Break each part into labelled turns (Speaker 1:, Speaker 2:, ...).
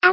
Speaker 1: ア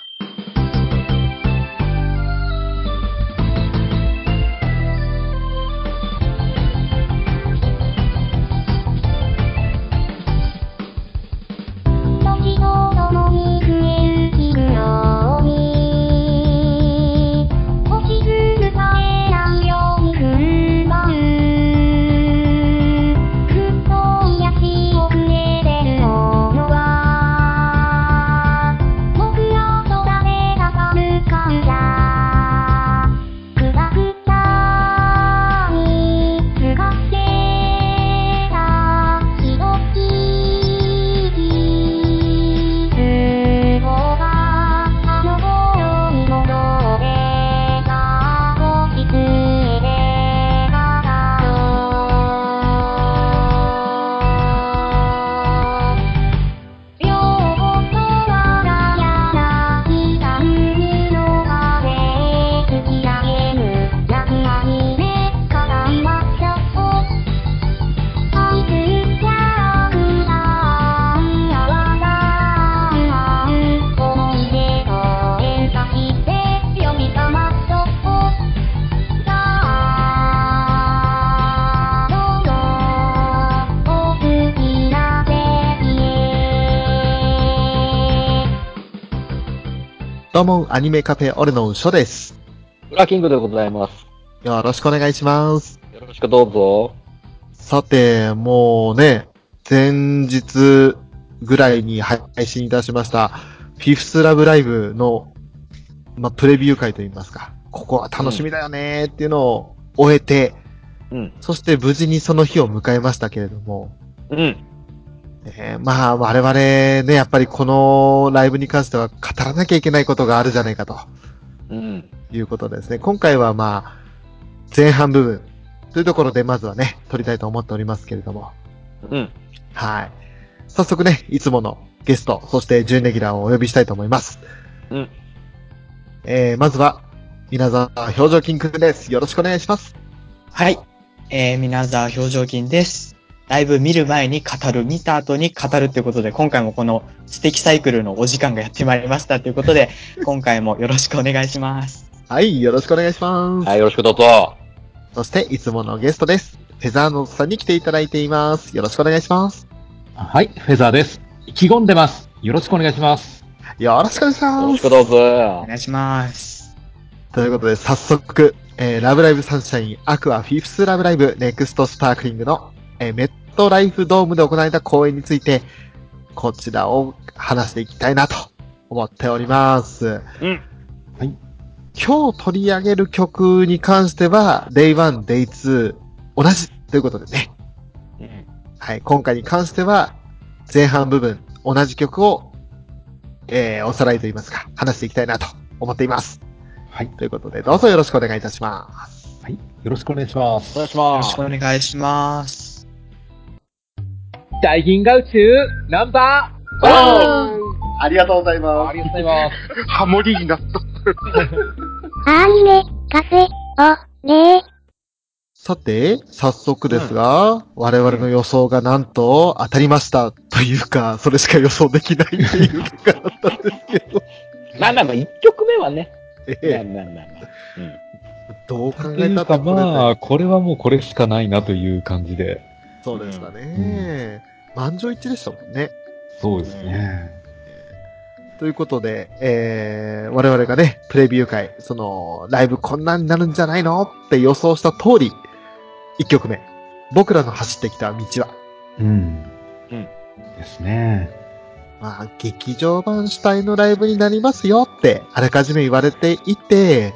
Speaker 1: 時とともに増えるイグノーに落ちずるさえないように踏ん張るふっと癒し遅れてるものは僕らと誰がさむかんだくらくたにすがってたひろききつぼがあの頃に戻れた星つえでただろう両言はが柳田海の風突き上げるラフアニメか頑張っちゃおう愛するキャラクターやわらん思い出と連鎖して呼び覚まっちゃおうさあどうぞお好きな席へ
Speaker 2: どうも、アニメカフェオレのショです。
Speaker 3: ブラキングでございます。
Speaker 2: よろしくお願いします。
Speaker 3: よろしくどうぞ。
Speaker 2: さて、もうね、前日ぐらいに配信いたしました、フィフスラブライブの、まあ、プレビュー会といいますか、ここは楽しみだよねーっていうのを終えて、
Speaker 3: うん。
Speaker 2: そして無事にその日を迎えましたけれども、
Speaker 3: うん。
Speaker 2: えーまあ、我々ね、やっぱりこのライブに関しては語らなきゃいけないことがあるじゃないかと。
Speaker 3: うん。
Speaker 2: ということですね。今回はまあ、前半部分というところでまずはね、撮りたいと思っておりますけれども。
Speaker 3: うん。
Speaker 2: はい。早速ね、いつものゲスト、そして準レギュラーをお呼びしたいと思います。
Speaker 3: うん。
Speaker 2: えー、まずは、皆さん、表情筋くんです。よろしくお願いします。
Speaker 4: はい。えー、皆さん、表情筋です。ライブ見る前に語る、見た後に語るということで、今回もこの知的サイクルのお時間がやってまいりましたということで、今回もよろしくお願いします。
Speaker 2: はい、よろしくお願いします。
Speaker 3: はい、よろしくどうぞ。
Speaker 2: そして、いつものゲストです。フェザーノートさんに来ていただいています。よろしくお願いします。
Speaker 5: はい、フェザーです。意気込んでます。よろしくお願いします。
Speaker 2: よろしくお願いし
Speaker 3: よ
Speaker 2: ま
Speaker 3: ろし
Speaker 2: す。
Speaker 3: くどう
Speaker 4: お
Speaker 3: ぞ。
Speaker 4: 願いします。
Speaker 2: ということで、早速、えー、ラブライブサンシャインアクアフィフスラブライブネクストスパークリングの、えーメットライフドームで行われた公演について、こちらを話していきたいなと思っております。
Speaker 3: うん。
Speaker 5: はい。
Speaker 2: 今日取り上げる曲に関しては、Day1、Day2 同じということでね。
Speaker 3: うん。
Speaker 2: はい、今回に関しては、前半部分、同じ曲を、えーおさらいといいますか、話していきたいなと思っています。
Speaker 5: はい。
Speaker 2: ということで、どうぞよろしくお願いいたします。
Speaker 5: はい、よろしくお願いしま
Speaker 3: お
Speaker 5: す。
Speaker 3: 願いし
Speaker 4: よろ
Speaker 3: ま
Speaker 4: し
Speaker 3: す
Speaker 4: くお。願いします。
Speaker 5: 大銀河宇宙ナンバー
Speaker 6: ありがとうございま
Speaker 3: ありがとうございます。
Speaker 6: す。ハモリになった。
Speaker 1: アニメ、カフェ、お、ねえ。
Speaker 2: さて、早速ですが、我々の予想がなんと当たりましたというか、それしか予想できないっていう結果だったんですけど、
Speaker 3: まあまあまあ、一曲目はね。
Speaker 2: え
Speaker 3: まあ
Speaker 2: え
Speaker 3: まあまあまあ。
Speaker 2: どう考
Speaker 5: とい
Speaker 2: えた
Speaker 5: う
Speaker 2: ら
Speaker 5: か
Speaker 2: これで、
Speaker 5: まあ、これはもうこれしかないなという感じで。
Speaker 2: そうでしたね。満場一致でしたもんね。
Speaker 5: そうですね。
Speaker 2: ということで、えー、我々がね、プレビュー会、その、ライブこんなんになるんじゃないのって予想した通り、1曲目、僕らの走ってきた道は、
Speaker 5: うん。
Speaker 3: うん
Speaker 5: ですね。
Speaker 2: まあ、劇場版主体のライブになりますよって、あらかじめ言われていて、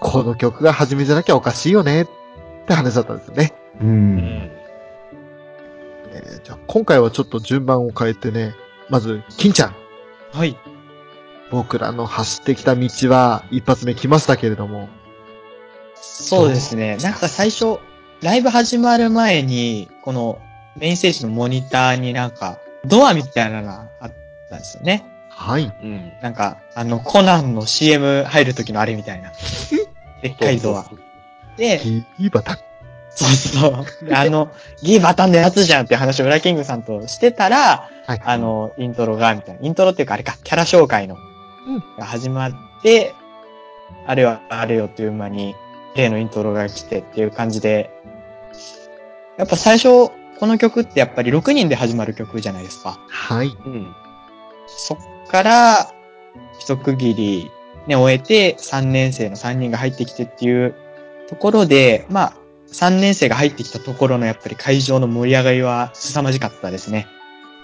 Speaker 2: この曲が始めじゃなきゃおかしいよねって話だったんですよね。
Speaker 5: う。
Speaker 3: うんん。
Speaker 2: えーじゃあ今回はちょっと順番を変えてね、まず、金ちゃん。
Speaker 4: はい。
Speaker 2: 僕らの走ってきた道は、一発目来ましたけれども。
Speaker 4: そうですね。なんか最初、ライブ始まる前に、このメインステージのモニターになんか、ドアみたいなのがあったんですよね。
Speaker 2: はい。
Speaker 3: うん。
Speaker 4: なんか、あの、コナンの CM 入る時のあれみたいな。でっかいドア。で、
Speaker 2: ギーバタ。
Speaker 4: そうそう。であの、ギーバタンのやつじゃんって話を裏キングさんとしてたら、
Speaker 2: はい。
Speaker 4: あの、イントロが、みたいな。イントロっていうか、あれか、キャラ紹介の、
Speaker 2: うん
Speaker 4: が始まって、あれは、あれよという間に、例のイントロが来てっていう感じで、やっぱ最初、この曲ってやっぱり6人で始まる曲じゃないですか。
Speaker 2: はい。
Speaker 3: うん。
Speaker 4: そっから、一区切り、ね、終えて、3年生の3人が入ってきてっていうところで、まあ、3年生が入ってきたところのやっぱり会場の盛り上がりは凄まじかったですね。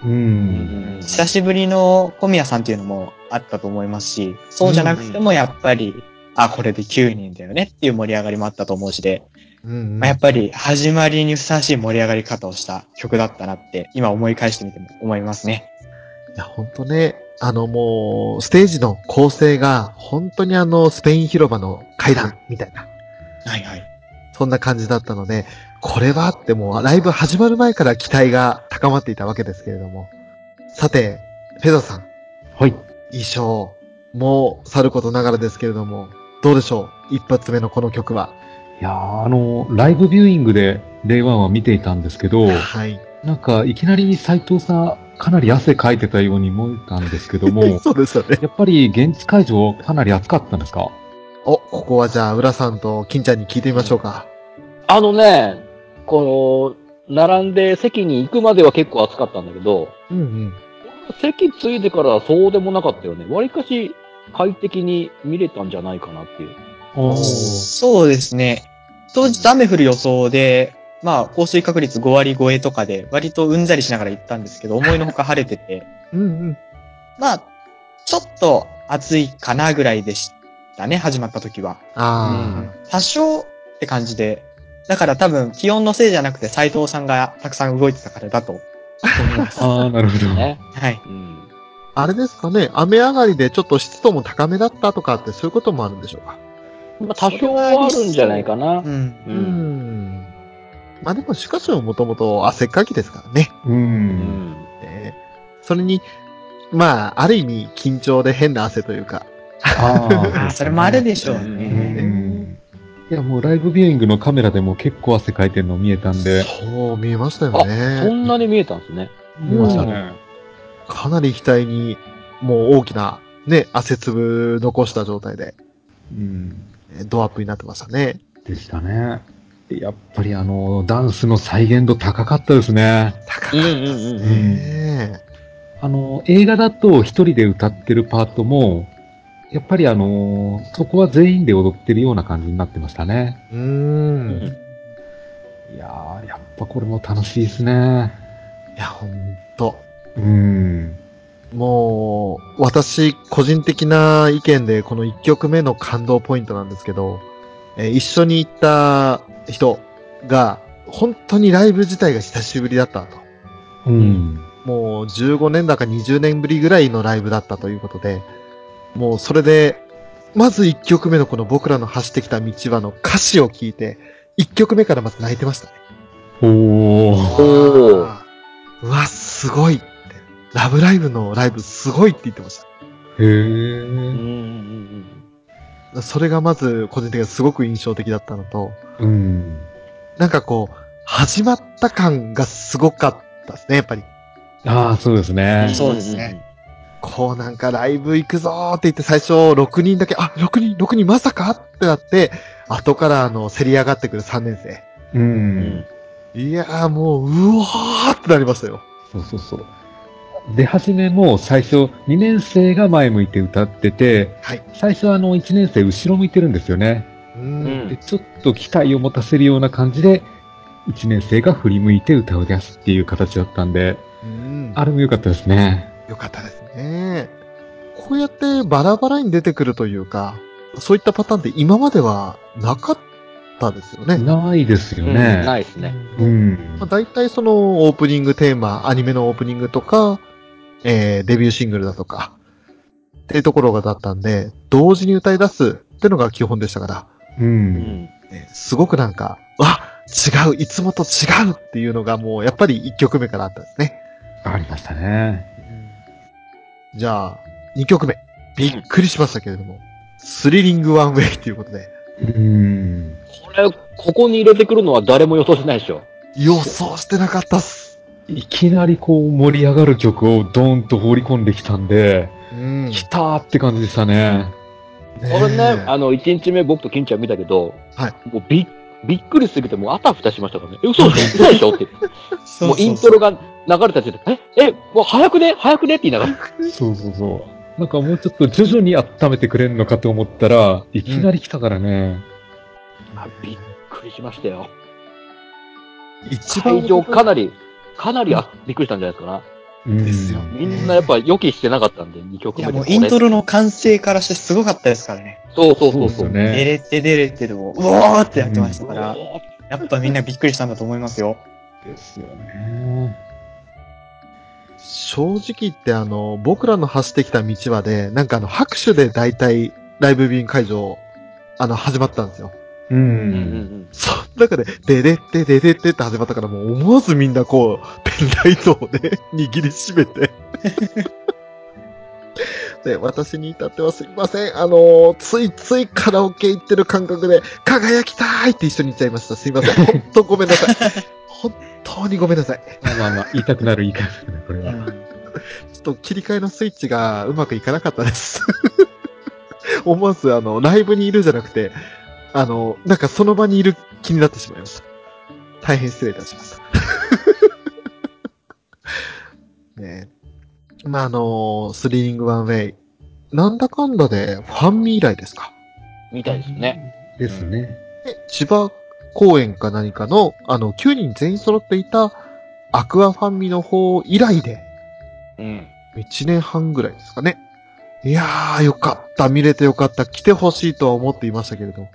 Speaker 2: う。
Speaker 3: うんん。
Speaker 4: 久しぶりの小宮さんっていうのもあったと思いますし、そうじゃなくてもやっぱり、あ、これで9人だよねっていう盛り上がりもあったと思うしで、
Speaker 2: うん
Speaker 4: まあ、やっぱり始まりにふさわしい盛り上がり方をした曲だったなって、今思い返してみても思いますね。
Speaker 2: いや、本当ね、あのもう、ステージの構成が、本当にあの、スペイン広場の階段みたいな、
Speaker 4: はいはい。
Speaker 2: そんな感じだったので、これはってもう、ライブ始まる前から期待が高まっていたわけですけれども。さて、フェザーさん、
Speaker 3: はい。
Speaker 2: 衣装、もう、さることながらですけれども、どうでしょう一発目のこの曲は。
Speaker 7: いやーあの、ライブビューイングで、レイワンは見ていたんです けど、
Speaker 2: はい。
Speaker 7: なんか、いきなり斎藤さん、かなり汗かいてたように思えたんですけども、
Speaker 2: そうですよね。
Speaker 7: やっぱり現地会場、かなり暑かったんですか
Speaker 2: お、ここはじゃあ、浦さんと金ちゃんに聞いてみましょうか。
Speaker 3: あのね、この、並んで席に行くまでは結構暑かったんだけど、
Speaker 2: うんうん。
Speaker 3: 席ついてからはそうでもなかったよね。わりかし快適に見れたんじゃないかなっていう。
Speaker 7: お
Speaker 4: そうですね。当日雨降る予想で、まあ、降水確率5割超えとかで、割とうんざりしながら行ったんですけど、思いのほか晴れてて、
Speaker 2: うんうん。
Speaker 4: まあ、ちょっと暑いかなぐらいでしたね、始まった時は。
Speaker 2: あ
Speaker 4: 多少って感じで、だから多分気温のせいじゃなくて斎藤さんがたくさん動いてたからだ と思います。は
Speaker 7: ああ、なるほど。
Speaker 3: ね。
Speaker 4: い。
Speaker 3: うん。
Speaker 2: あ、あれですかね、雨上がりでちょっと湿度も高めだったとかってそういうこともあるんでしょうか。
Speaker 3: まあ、多少はあるんじゃないかな
Speaker 2: う
Speaker 4: う。ん。
Speaker 3: う
Speaker 2: ー
Speaker 3: ん。
Speaker 2: ん。まあでも、しかしもともと汗っかきですからね。
Speaker 7: う。
Speaker 3: うんん。
Speaker 2: えーそれに、まあ、ある意味緊張で変な汗というか。
Speaker 7: あ
Speaker 4: ああ、それもあるでしょう
Speaker 7: う
Speaker 4: ね。
Speaker 7: ん。いや、もうライブビューイングのカメラでも結構汗かいてるの見えたんで、
Speaker 2: そう見えましたよね。
Speaker 3: そんなに見えたんですね。
Speaker 2: 見ましたね。かなり額に、もう大きな、ね、汗粒残した状態で、
Speaker 7: うん。
Speaker 2: えードアップになってましたね。
Speaker 7: でしたね。やっぱりあの、ダンスの再現度高かったですね。
Speaker 2: 高かったです
Speaker 7: うんうんうん
Speaker 2: ね。
Speaker 7: あの、映画だと一人で歌ってるパートも、やっぱりあの、そこは全員で踊ってるような感じになってましたね。
Speaker 2: うーん。
Speaker 7: いやー、やっぱこれも楽しいですね。
Speaker 2: いや、ほんと。
Speaker 7: うん。
Speaker 2: もう、私、個人的な意見で、この1曲目の感動ポイントなんですけど、えー一緒に行った人が、本当にライブ自体が久しぶりだったと。
Speaker 7: うん。
Speaker 2: もう15年だか20年ぶりぐらいのライブだったということで、もうそれで、まず1曲目のこの僕らの走ってきた道はの歌詞を聞いて、1曲目からまず泣いてましたね。
Speaker 7: おー。
Speaker 3: おー。
Speaker 2: うわ、すごいって。ラブライブのライブすごいって言ってました。
Speaker 3: う
Speaker 7: へー。
Speaker 3: ん。
Speaker 2: それがまず個人的にはすごく印象的だったのと、
Speaker 7: うん。
Speaker 2: なんかこう、始まった感がすごかったですね、やっぱり。
Speaker 7: ああ、そうですね。
Speaker 4: そうですね。
Speaker 2: こうなんかライブ行くぞーって言って最初6人だけ、あ、6人、6人まさかってなって、後からあの、競り上がってくる3年生。
Speaker 7: う
Speaker 3: うんん。。
Speaker 2: いやーもう、うわーってなりましたよ。
Speaker 7: そうそうそう。出始めも最初、2年生が前向いて歌ってて、
Speaker 2: はい
Speaker 7: 最初はあの1年生後ろ向いてるんですよね。
Speaker 2: う。
Speaker 3: うんん
Speaker 7: でちょっと期待を持たせるような感じで、1年生が振り向いて歌を出すっていう形だったんで、
Speaker 2: うん。
Speaker 7: あれも良かったですね。
Speaker 2: よかったですね。こうやってバラバラに出てくるというか、そういったパターンって今まではなかったですよね。
Speaker 7: ないですよ
Speaker 3: うん
Speaker 7: ね。
Speaker 3: ないですね。
Speaker 7: うん
Speaker 2: まあ、。大体そのオープニングテーマ、アニメのオープニングとか、えー、デビューシングルだとか、っていうところがだったんで、同時に歌い出すってのが基本でしたから、
Speaker 3: う
Speaker 7: う。
Speaker 3: んん。
Speaker 2: えーすごくなんか、あ違ういつもと違うっていうのがもうやっぱり1曲目からあったんですね。
Speaker 7: ありましたね。
Speaker 2: じゃあ、2曲目。びっくりしましたけれども、スリリングワンウェイっていうことで、
Speaker 7: うん。
Speaker 3: これ、ここに入れてくるのは誰も予想してないでしょ。
Speaker 2: 予想してなかったっす。
Speaker 7: いきなりこう盛り上がる曲をドーンと放り込んできたんで、
Speaker 2: うん
Speaker 7: 来たーって感じでしたね。
Speaker 2: こ
Speaker 3: これね、あの、1日目僕と金ちゃん見たけど、
Speaker 2: はい
Speaker 3: もうびびっくりしすぎて、もうあたふたしましたからね。え、嘘でしょ嘘でしょって。もうイントロが流れた時点で、え、え、もう早くね早くねって言いなが ら。
Speaker 7: そうそうそう。なんかもうちょっと徐々に温めてくれるのかと思ったら、いきなり来たからね。
Speaker 3: あびっくりしましたよ。
Speaker 2: 一番
Speaker 3: 会場かなり、かなりあびっくりしたんじゃないですかな。
Speaker 7: うん
Speaker 2: ですよ
Speaker 3: みんなやっぱ予期してなかったんで、2曲目
Speaker 4: いや
Speaker 3: で
Speaker 4: もう
Speaker 3: これ
Speaker 4: イントロの完成からしてすごかったですからね。
Speaker 3: そうそう
Speaker 7: そ
Speaker 3: そうう
Speaker 7: です
Speaker 3: そう。
Speaker 7: よ
Speaker 4: 出
Speaker 7: ね。
Speaker 4: れて出れてでも、うおーってやってましたから、
Speaker 3: おー
Speaker 4: やっぱみんなびっくりしたんだと思いますよ。
Speaker 7: ですよね。
Speaker 2: 正直言ってあの、僕らの走ってきた道はで、なんかあの、拍手で大体ライブビューイング会場、あの、始まったんですよ。
Speaker 7: う。
Speaker 3: うんうんうんん。
Speaker 2: その中で、ででってででってって始まったから、もう思わずみんなこう、ペンライトをね、握りしめて。で、私に至ってはすいません。あのーついついカラオケ行ってる感覚で、輝きたーいって一緒に言っちゃいました。すいません。本当ごめんなさい。本当にごめんなさい。
Speaker 7: まあまあまあ、言いたくなる言い方だね、これ
Speaker 4: う
Speaker 7: は。
Speaker 4: ん
Speaker 2: ちょっと切り替えのスイッチがうまくいかなかったです。 思わず、あの、ライブにいるじゃなくて、あの、なんかその場にいる気になってしまいました。大変失礼いたしました。 ねえ。まあ、あの、スリリングワンウェイ。なんだかんだで、ファンミ以来ですか。
Speaker 3: みたいですね。
Speaker 7: ですね。
Speaker 2: で千葉公演か何かの、あの、9人全員揃っていた、アクアファンミの方以来で、
Speaker 3: うん。
Speaker 2: 1年半ぐらいですかね。いやー、よかった。見れてよかった。来てほしいとは思っていましたけれど。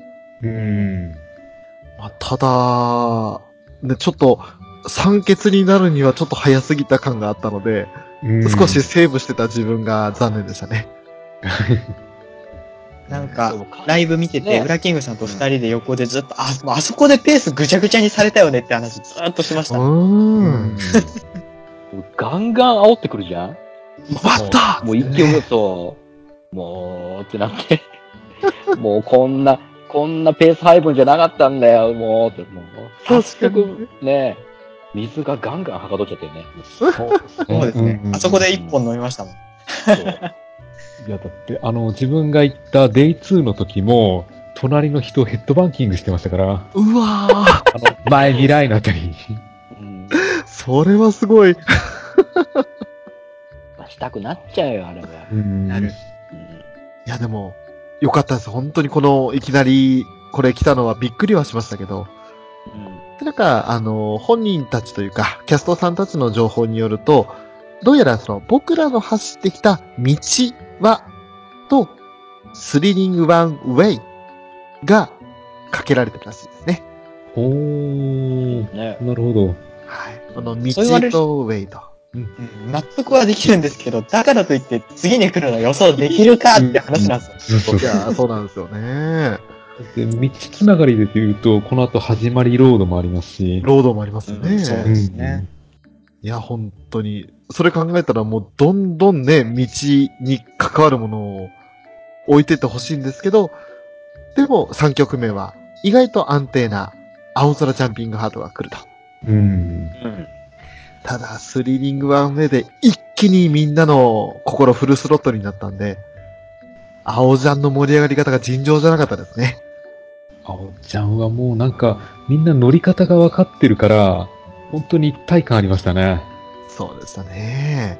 Speaker 7: うん。
Speaker 2: まあ、ただ、ね、ちょっと、酸欠になるにはちょっと早すぎた感があったので、
Speaker 7: うん
Speaker 2: 少し。セーブしてた自分が残念でしたね。
Speaker 4: なん
Speaker 3: で
Speaker 4: か、
Speaker 3: もか
Speaker 4: ライブ見てて、
Speaker 3: ね
Speaker 4: ウラキングさんと二人で横でずっと、あ、もうあそこでペースぐちゃぐちゃにされたよねって話ずーっとしまし
Speaker 2: う
Speaker 4: た。
Speaker 7: う
Speaker 2: ーん
Speaker 7: ん。。
Speaker 3: ガンガン煽ってくるじゃん
Speaker 2: また
Speaker 3: もう一気にそう、もうってなって、 もうこんな、こんなペース配分じゃなかったんだよ、もうって、もう、早速ね、水がガンガンはかどっちゃった よね。
Speaker 4: そうですね
Speaker 7: うんう。ん
Speaker 4: あそこで一本飲みましたもん。
Speaker 7: いや、だって、あの、自分が行ったデイ2の時も、隣の人ヘッドバンキングしてましたから、
Speaker 2: うわー、
Speaker 7: あの、前未来のあたりに。
Speaker 3: うん、
Speaker 2: それはすごい。
Speaker 3: したくなっちゃうよ、あれは。
Speaker 7: うん
Speaker 4: なる
Speaker 3: うん
Speaker 2: いや、でも、よかったです。本当にこの、いきなり、これ来たのはびっくりはしましたけど、なんか、あの、本人たちというか、キャストさんたちの情報によると、どうやらその、僕らの走ってきた道は、と、スリリングワンウェイがかけられてるらしいですね。
Speaker 7: ほー。
Speaker 3: うんね、
Speaker 7: なるほど。
Speaker 2: はい。この
Speaker 4: そう言わ
Speaker 2: 道
Speaker 4: れる
Speaker 2: とウェイと。
Speaker 4: うん納得はできるんですけど、だからといって次に来るの予想できるかって話なんですよ。
Speaker 7: そうそう
Speaker 2: いや ー、そうなんですよね。
Speaker 7: で道つながりで言うと、この後始まりロードもありますし。
Speaker 2: 労働もあります
Speaker 4: うんそう
Speaker 2: ね。
Speaker 4: ですね
Speaker 2: いや、本当に。それ考えたらもう、どんどんね、道に関わるものを置いてってほしいんですけど、でも3曲目は、意外と安定な、青空チャンピングハートが来ると。
Speaker 7: うん。うん
Speaker 3: うん
Speaker 2: ただ、スリリングワンウェイで一気にみんなの心フルスロットルになったんで、青ジャンの盛り上がり方が尋常じゃなかったですね。
Speaker 7: あおちゃんはもうなんか、みんな乗り方が分かってるから、本当に一体感ありましたね。
Speaker 2: そうでしたね。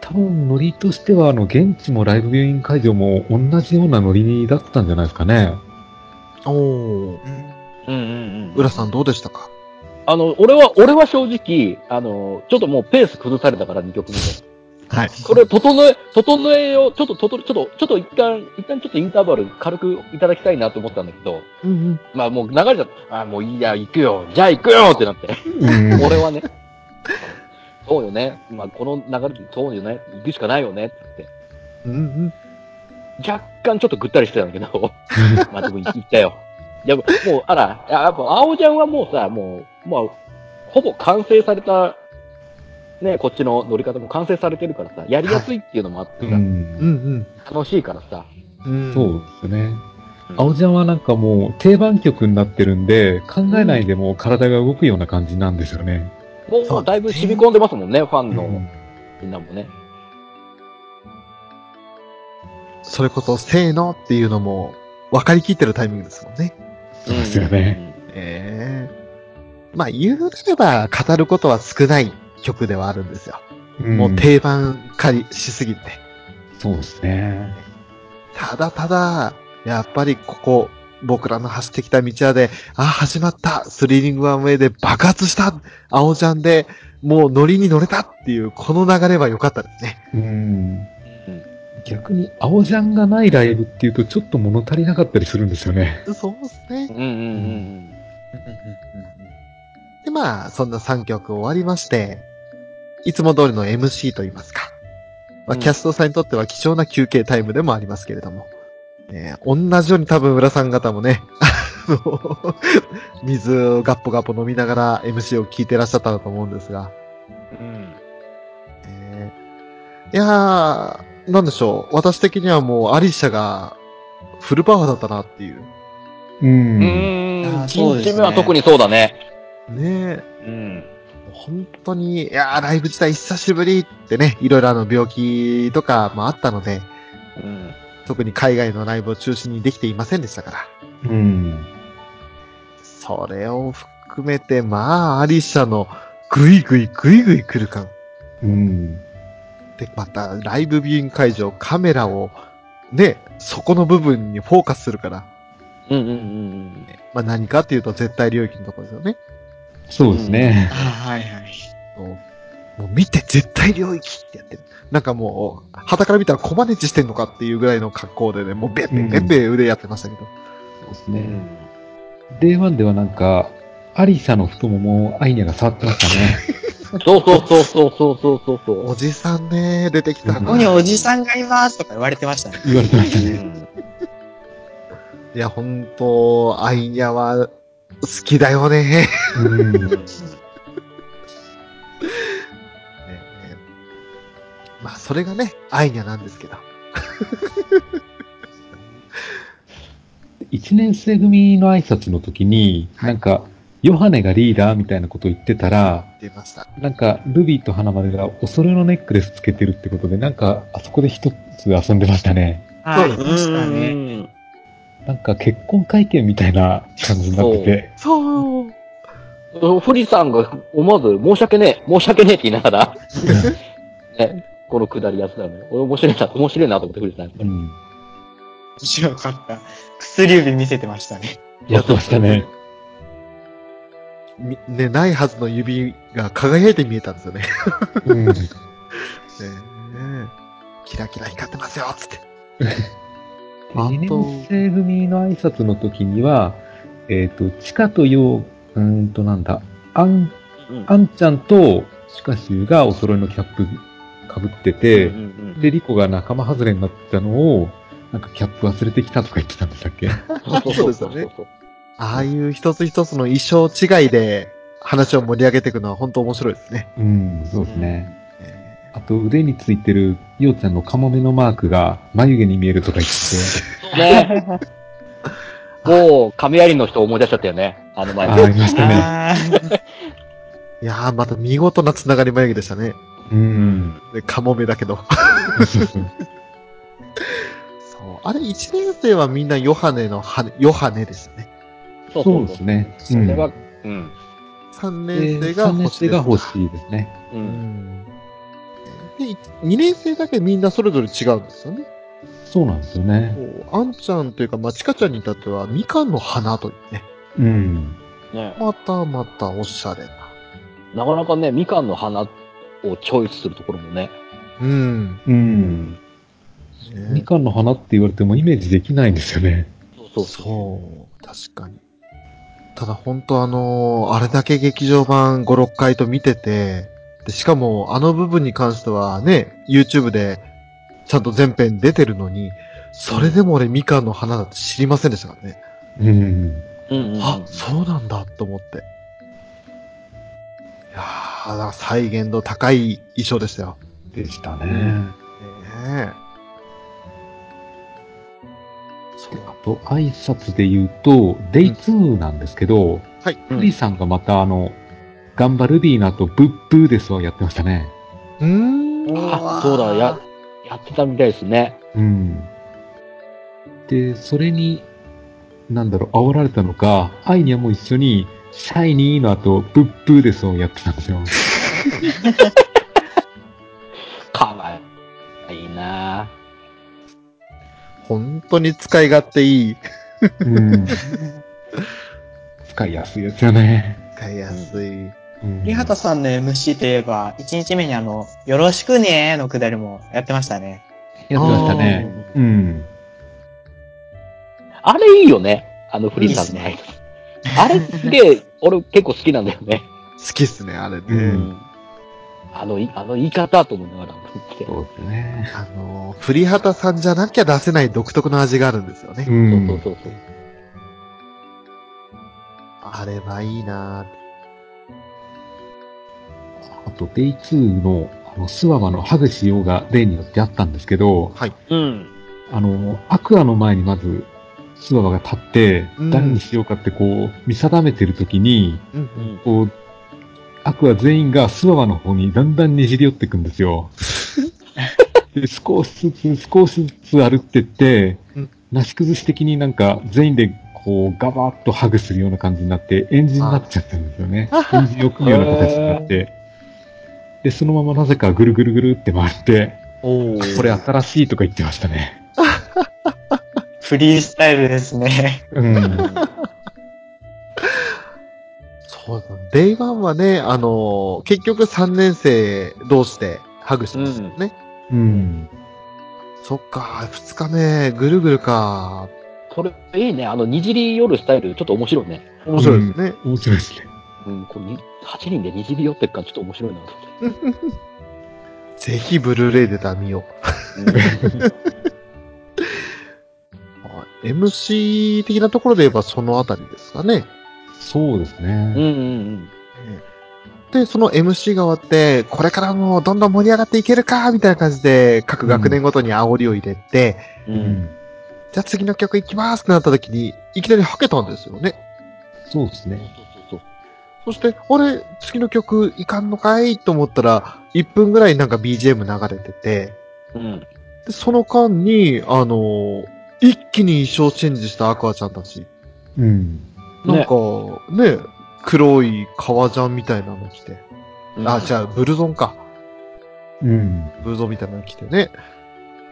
Speaker 7: 多分ノリとしては、あの、現地もライブビューイング会場も同じようなノリだったんじゃないですかね。
Speaker 2: おー。
Speaker 3: うんうんうん、
Speaker 2: 浦さんどうでしたか
Speaker 3: あの俺は、俺は正直、あの、ちょっともうペース崩されたから、2曲目で。
Speaker 2: はい。
Speaker 3: これ、整え、整えを、ちょっと、ととちょっと、ちょっと一旦、一旦ちょっとインターバル軽くいただきたいなと思ったんだけど、
Speaker 2: うんうん。
Speaker 3: まあもう流れちゃった。あもういいや、行くよ。じゃあ行くよってな って。
Speaker 7: うん
Speaker 3: 俺はね。そうよね。まあこの流れで、そうよね。行くしかないよねって
Speaker 2: うんうん。
Speaker 3: 言って。若干ちょっとぐったりしてたんだけど。まあでも行ったよ。やっぱもう、あら、やっぱ青ちゃんはもうさ、もう、まあ、ほぼ完成された、ね、こっちの乗り方も完成されてるからさ、やりやすいっていうのもあってさ、
Speaker 2: う
Speaker 7: うん
Speaker 2: ん
Speaker 3: 楽しいからさ、
Speaker 2: うん。うん。
Speaker 7: そうですね。青ちゃんはなんかもう定番曲になってるんで、考えないでもう体が動くような感じなんですよね。
Speaker 3: もうもうだいぶ染み込んでますもんね、ファンのみんなもね。
Speaker 2: それこそ、せーのっていうのも、分かりきってるタイミングですもんね。
Speaker 7: そうですよね。
Speaker 3: うん。
Speaker 2: ええまあ、言うなれば、語ることは少ない曲ではあるんですよ。
Speaker 7: うん
Speaker 2: もう定番化しすぎて。
Speaker 7: そうですね。
Speaker 2: ただただ、やっぱりここ、僕らの走ってきた道はで、あ、始まったスリリングワンウェイで爆発した青ちゃんで、もう乗りに乗れたっていう、この流れは良かったですね。
Speaker 7: うん。逆に青ジャンがないライブっていうとちょっと物足りなかったりするんですよね。
Speaker 2: そうですね。
Speaker 3: うんうんうん
Speaker 2: で、まあ、そんな3曲終わりまして、いつも通りの MC と言いますか。まあ、
Speaker 3: うん
Speaker 2: キャストさんにとっては貴重な休憩タイムでもありますけれども。えー同じように多分浦さん方もね、 あの、水をガッポガッポ飲みながら MC を聞いてらっしゃったと思うんですが。
Speaker 3: うん。
Speaker 2: えーいやー、なんでしょう。私的にはもうアリシャがフルパワーだったなっていう。
Speaker 7: う。
Speaker 3: うんん。
Speaker 4: あーそ
Speaker 3: 1
Speaker 4: うですね
Speaker 3: 日目は特にそうだね。
Speaker 2: ねえ。
Speaker 3: うん。
Speaker 2: 本当に、いやー、ライブ自体久しぶりってね、いろいろあの病気とかもあったので、
Speaker 3: うん。
Speaker 2: 特に海外のライブを中心にできていませんでしたから。
Speaker 7: うん。
Speaker 2: それを含めて、まあ、アリシャのグイグイグイグイ来る感。
Speaker 7: うん。
Speaker 2: で、また、ライブビューイング会場、カメラを、ね、そこの部分にフォーカスするから、
Speaker 3: うんうんうん
Speaker 2: まあ何かっていうと絶対領域のところですよね。
Speaker 7: そうですね。
Speaker 4: あはいはい。
Speaker 2: もう見て絶対領域ってやってる。なんかもう、旗から見たらコマネチしてんのかっていうぐらいの格好でね、もうべんべんべんべん腕やってましたけど。
Speaker 7: そうです
Speaker 3: うん。う
Speaker 7: ね。
Speaker 3: ん。
Speaker 7: デイワンではなんか、アリサの太ももをアイニャが触ってましたね。
Speaker 3: そうそうそうそうそうそうそうそう。
Speaker 2: おじさんね、出てきた
Speaker 7: うん
Speaker 4: ここに
Speaker 2: な。
Speaker 4: おじさんがいますとか言われてましたね。
Speaker 7: 言われてました
Speaker 3: う
Speaker 7: ね。
Speaker 3: ん
Speaker 2: いや、ほんと、アイニャは好きだよね。
Speaker 7: うん。
Speaker 2: まあ、それがね、アイニャなんですけど。
Speaker 7: 一年生組の挨拶の時に、なんか、ヨハネがリーダーみたいなこと言ってたら、
Speaker 2: 出ました。
Speaker 7: なんか、ルビーと花丸がお揃いのネックレスつけてるってことで、なんか、あそこで一つ遊んでましたね。
Speaker 4: はい、い
Speaker 2: そう
Speaker 4: ましたね。
Speaker 7: なんか、結婚会見みたいな感じになってて。
Speaker 2: そう。
Speaker 3: うん。フリさんが思わず、申し訳ねえ、申し訳ねえって言いなが ら、ね、このくだりやつだね。俺面白いな、面白いなと思ってフリさん。
Speaker 7: うん。
Speaker 4: 面白かった。薬指見せてましたね。
Speaker 7: やってましたね。
Speaker 2: みね、ないはずの指が輝いて見えたんですよね。
Speaker 7: うん。
Speaker 2: ねえキラキラ光ってますよつって。あ
Speaker 7: 2年生組の挨拶の時には、えっ、と、チカとヨウ、うーんとなんだ、アン、
Speaker 3: うん
Speaker 7: アンちゃんとシカシュウがお揃いのキャップかぶってて、
Speaker 3: うんうん
Speaker 7: で、リコが仲間外れになったのを、なんかキャップ忘れてきたとか言ってたんでしたっけ
Speaker 3: うん
Speaker 2: そうですよね。ああいう一つ一つの衣装違いで話を盛り上げていくのは本当面白いですね。
Speaker 7: うん、そうですね。あと、腕についてるヨウちゃんのカモメのマークが眉毛に見えるとか言って
Speaker 3: ね。もう、亀有の人思い出しちゃったよね。あの
Speaker 7: て、
Speaker 3: 前
Speaker 7: ああ、ありましたね。
Speaker 4: あ
Speaker 2: いやー、また見事な繋がり眉毛でしたね。
Speaker 7: うん。
Speaker 2: でカモメだけど。
Speaker 7: そうそう
Speaker 2: そう。あれ、一年生はみんなヨハネの羽、ヨハネですね。
Speaker 3: そう
Speaker 7: そう
Speaker 3: そ
Speaker 7: で
Speaker 3: う
Speaker 7: す。ね。
Speaker 3: それは、うん。
Speaker 2: 三
Speaker 7: うん、
Speaker 2: 年生
Speaker 7: で
Speaker 2: が
Speaker 7: 三年
Speaker 2: 星で
Speaker 7: 生
Speaker 2: す
Speaker 7: が欲しいですね。
Speaker 3: う。
Speaker 2: うんん。で、い二年生だけみんなそれぞれ違うんですよね。
Speaker 7: そうなんですよね。
Speaker 2: こうあんちゃんというか、まあちかちゃんに至っては、みかんの花というね。
Speaker 7: うん。
Speaker 3: ね
Speaker 2: またまたおしゃれな。
Speaker 3: なかなかね、みかんの花をチョイスするところもね。
Speaker 2: うん。
Speaker 7: うん。
Speaker 2: ね
Speaker 7: みかんの花って言われてもイメージできないんですよね。
Speaker 3: そう
Speaker 2: そう、確かに。ただ本当あのーあれだけ劇場版5、6回と見てて、でしかもあの部分に関してはね、YouTube でちゃんと全編出てるのに、それでも俺みかんの花だって知りませんでしたからね。
Speaker 7: うん。
Speaker 3: うんうんうん。
Speaker 2: あ、そうなんだと思って。いやー、だから再現度高い衣装でしたよ。
Speaker 7: でしたね。
Speaker 2: ねえ。そう。
Speaker 7: と、挨拶で言うと、デイ2なんですけど、
Speaker 2: はい
Speaker 7: クリさんがまた、あの、頑張るディーナとブッブーですわ、やってましたね。
Speaker 2: うーん。
Speaker 3: あ、そうだ、や、やってたみたいですね。
Speaker 7: うん。で、それに、なんだろう、煽られたのか、アイニャも一緒に、シャイニーの後、ブッブーですをやってたんですよ。
Speaker 3: かわいい。いいな
Speaker 2: 本当に使い勝手いい。
Speaker 7: うん。使いやすいですよね。
Speaker 2: 使いやすい。
Speaker 7: うん
Speaker 4: リハタさんの MC といえば、1日目にあの、よろしくねーのくだりもやってましたね。
Speaker 7: やってましたね。うん。
Speaker 3: あれいいよね。あのフリーさんの
Speaker 4: いい
Speaker 3: 挨拶。あれすげえ、 俺結構好きなんだよね。
Speaker 2: 好きっすね、あれね。
Speaker 7: うん
Speaker 3: あのい、あの言い方と思いながら見て。
Speaker 7: そうですね。
Speaker 2: あの、振り旗さんじゃなきゃ出せない独特の味があるんですよね。
Speaker 7: うん。
Speaker 3: そうそうそう。
Speaker 2: あれはいいなぁ
Speaker 7: あと、デイ2の、あの、スワワのハグしようが例によってあったんですけど、
Speaker 2: はい。
Speaker 3: うん。
Speaker 7: あの、アクアの前にまず、スワワが立って
Speaker 2: うん、
Speaker 7: 誰にしようかってこう、見定めてるときに、
Speaker 2: うんう。
Speaker 3: うんん。
Speaker 7: こう、アクア全員がスワワの方にだんだんねじり寄っていくんですよ。で少しずつ、少しずつ歩ってって
Speaker 2: うん、
Speaker 7: なし崩し的になんか全員でこうガバーッとハグするような感じになって、エンジンになっちゃってるんですよね。エンジンを組むような形になって。で、そのままなぜかぐるぐるぐるって回って、
Speaker 4: おー
Speaker 7: これ新しいとか言ってましたね。
Speaker 4: フリースタイルですね。
Speaker 7: うん。
Speaker 2: そうだね。デイワンはね、あのー結局3年生同士でハグしてましたよね。
Speaker 7: うん。
Speaker 2: そっか、2日目、ぐるぐるか。
Speaker 3: それ、いいね。あの、にじり寄るスタイル、ちょっと面白いね。
Speaker 2: 面白いですね。
Speaker 7: 面白いですね。
Speaker 3: うん、こうに8人でにじり寄ってくからちょっと面白いなと思って。
Speaker 2: ぜひ、ブルーレイでたみよう。はい MC 的なところで言えばそのあたりですかね。
Speaker 7: そうです
Speaker 3: うん
Speaker 7: ね。
Speaker 3: うん
Speaker 2: で、その MC が終わって、これからもどんどん盛り上がっていけるかみたいな感じで、各学年ごとに煽りを入れて、
Speaker 3: う。
Speaker 7: うん
Speaker 3: うん。
Speaker 2: じゃあ次の曲いきますってなった時に、いきなりはけたんですよね。
Speaker 7: そうですね。
Speaker 3: そうそ
Speaker 2: そ
Speaker 3: う
Speaker 2: して、あれ、次の曲いかんのかいと思ったら、1分ぐらいなんか BGM 流れてて、
Speaker 3: そう。うん。
Speaker 2: でその間に、あの、一気に衣装チェンジしたアクアちゃんたち。
Speaker 7: うん。
Speaker 2: なんか、ね、黒い革ジャンみたいなの着て。あ、じゃあ、ブルゾンか。
Speaker 7: うん。
Speaker 2: ブルゾンみたいなの着てね。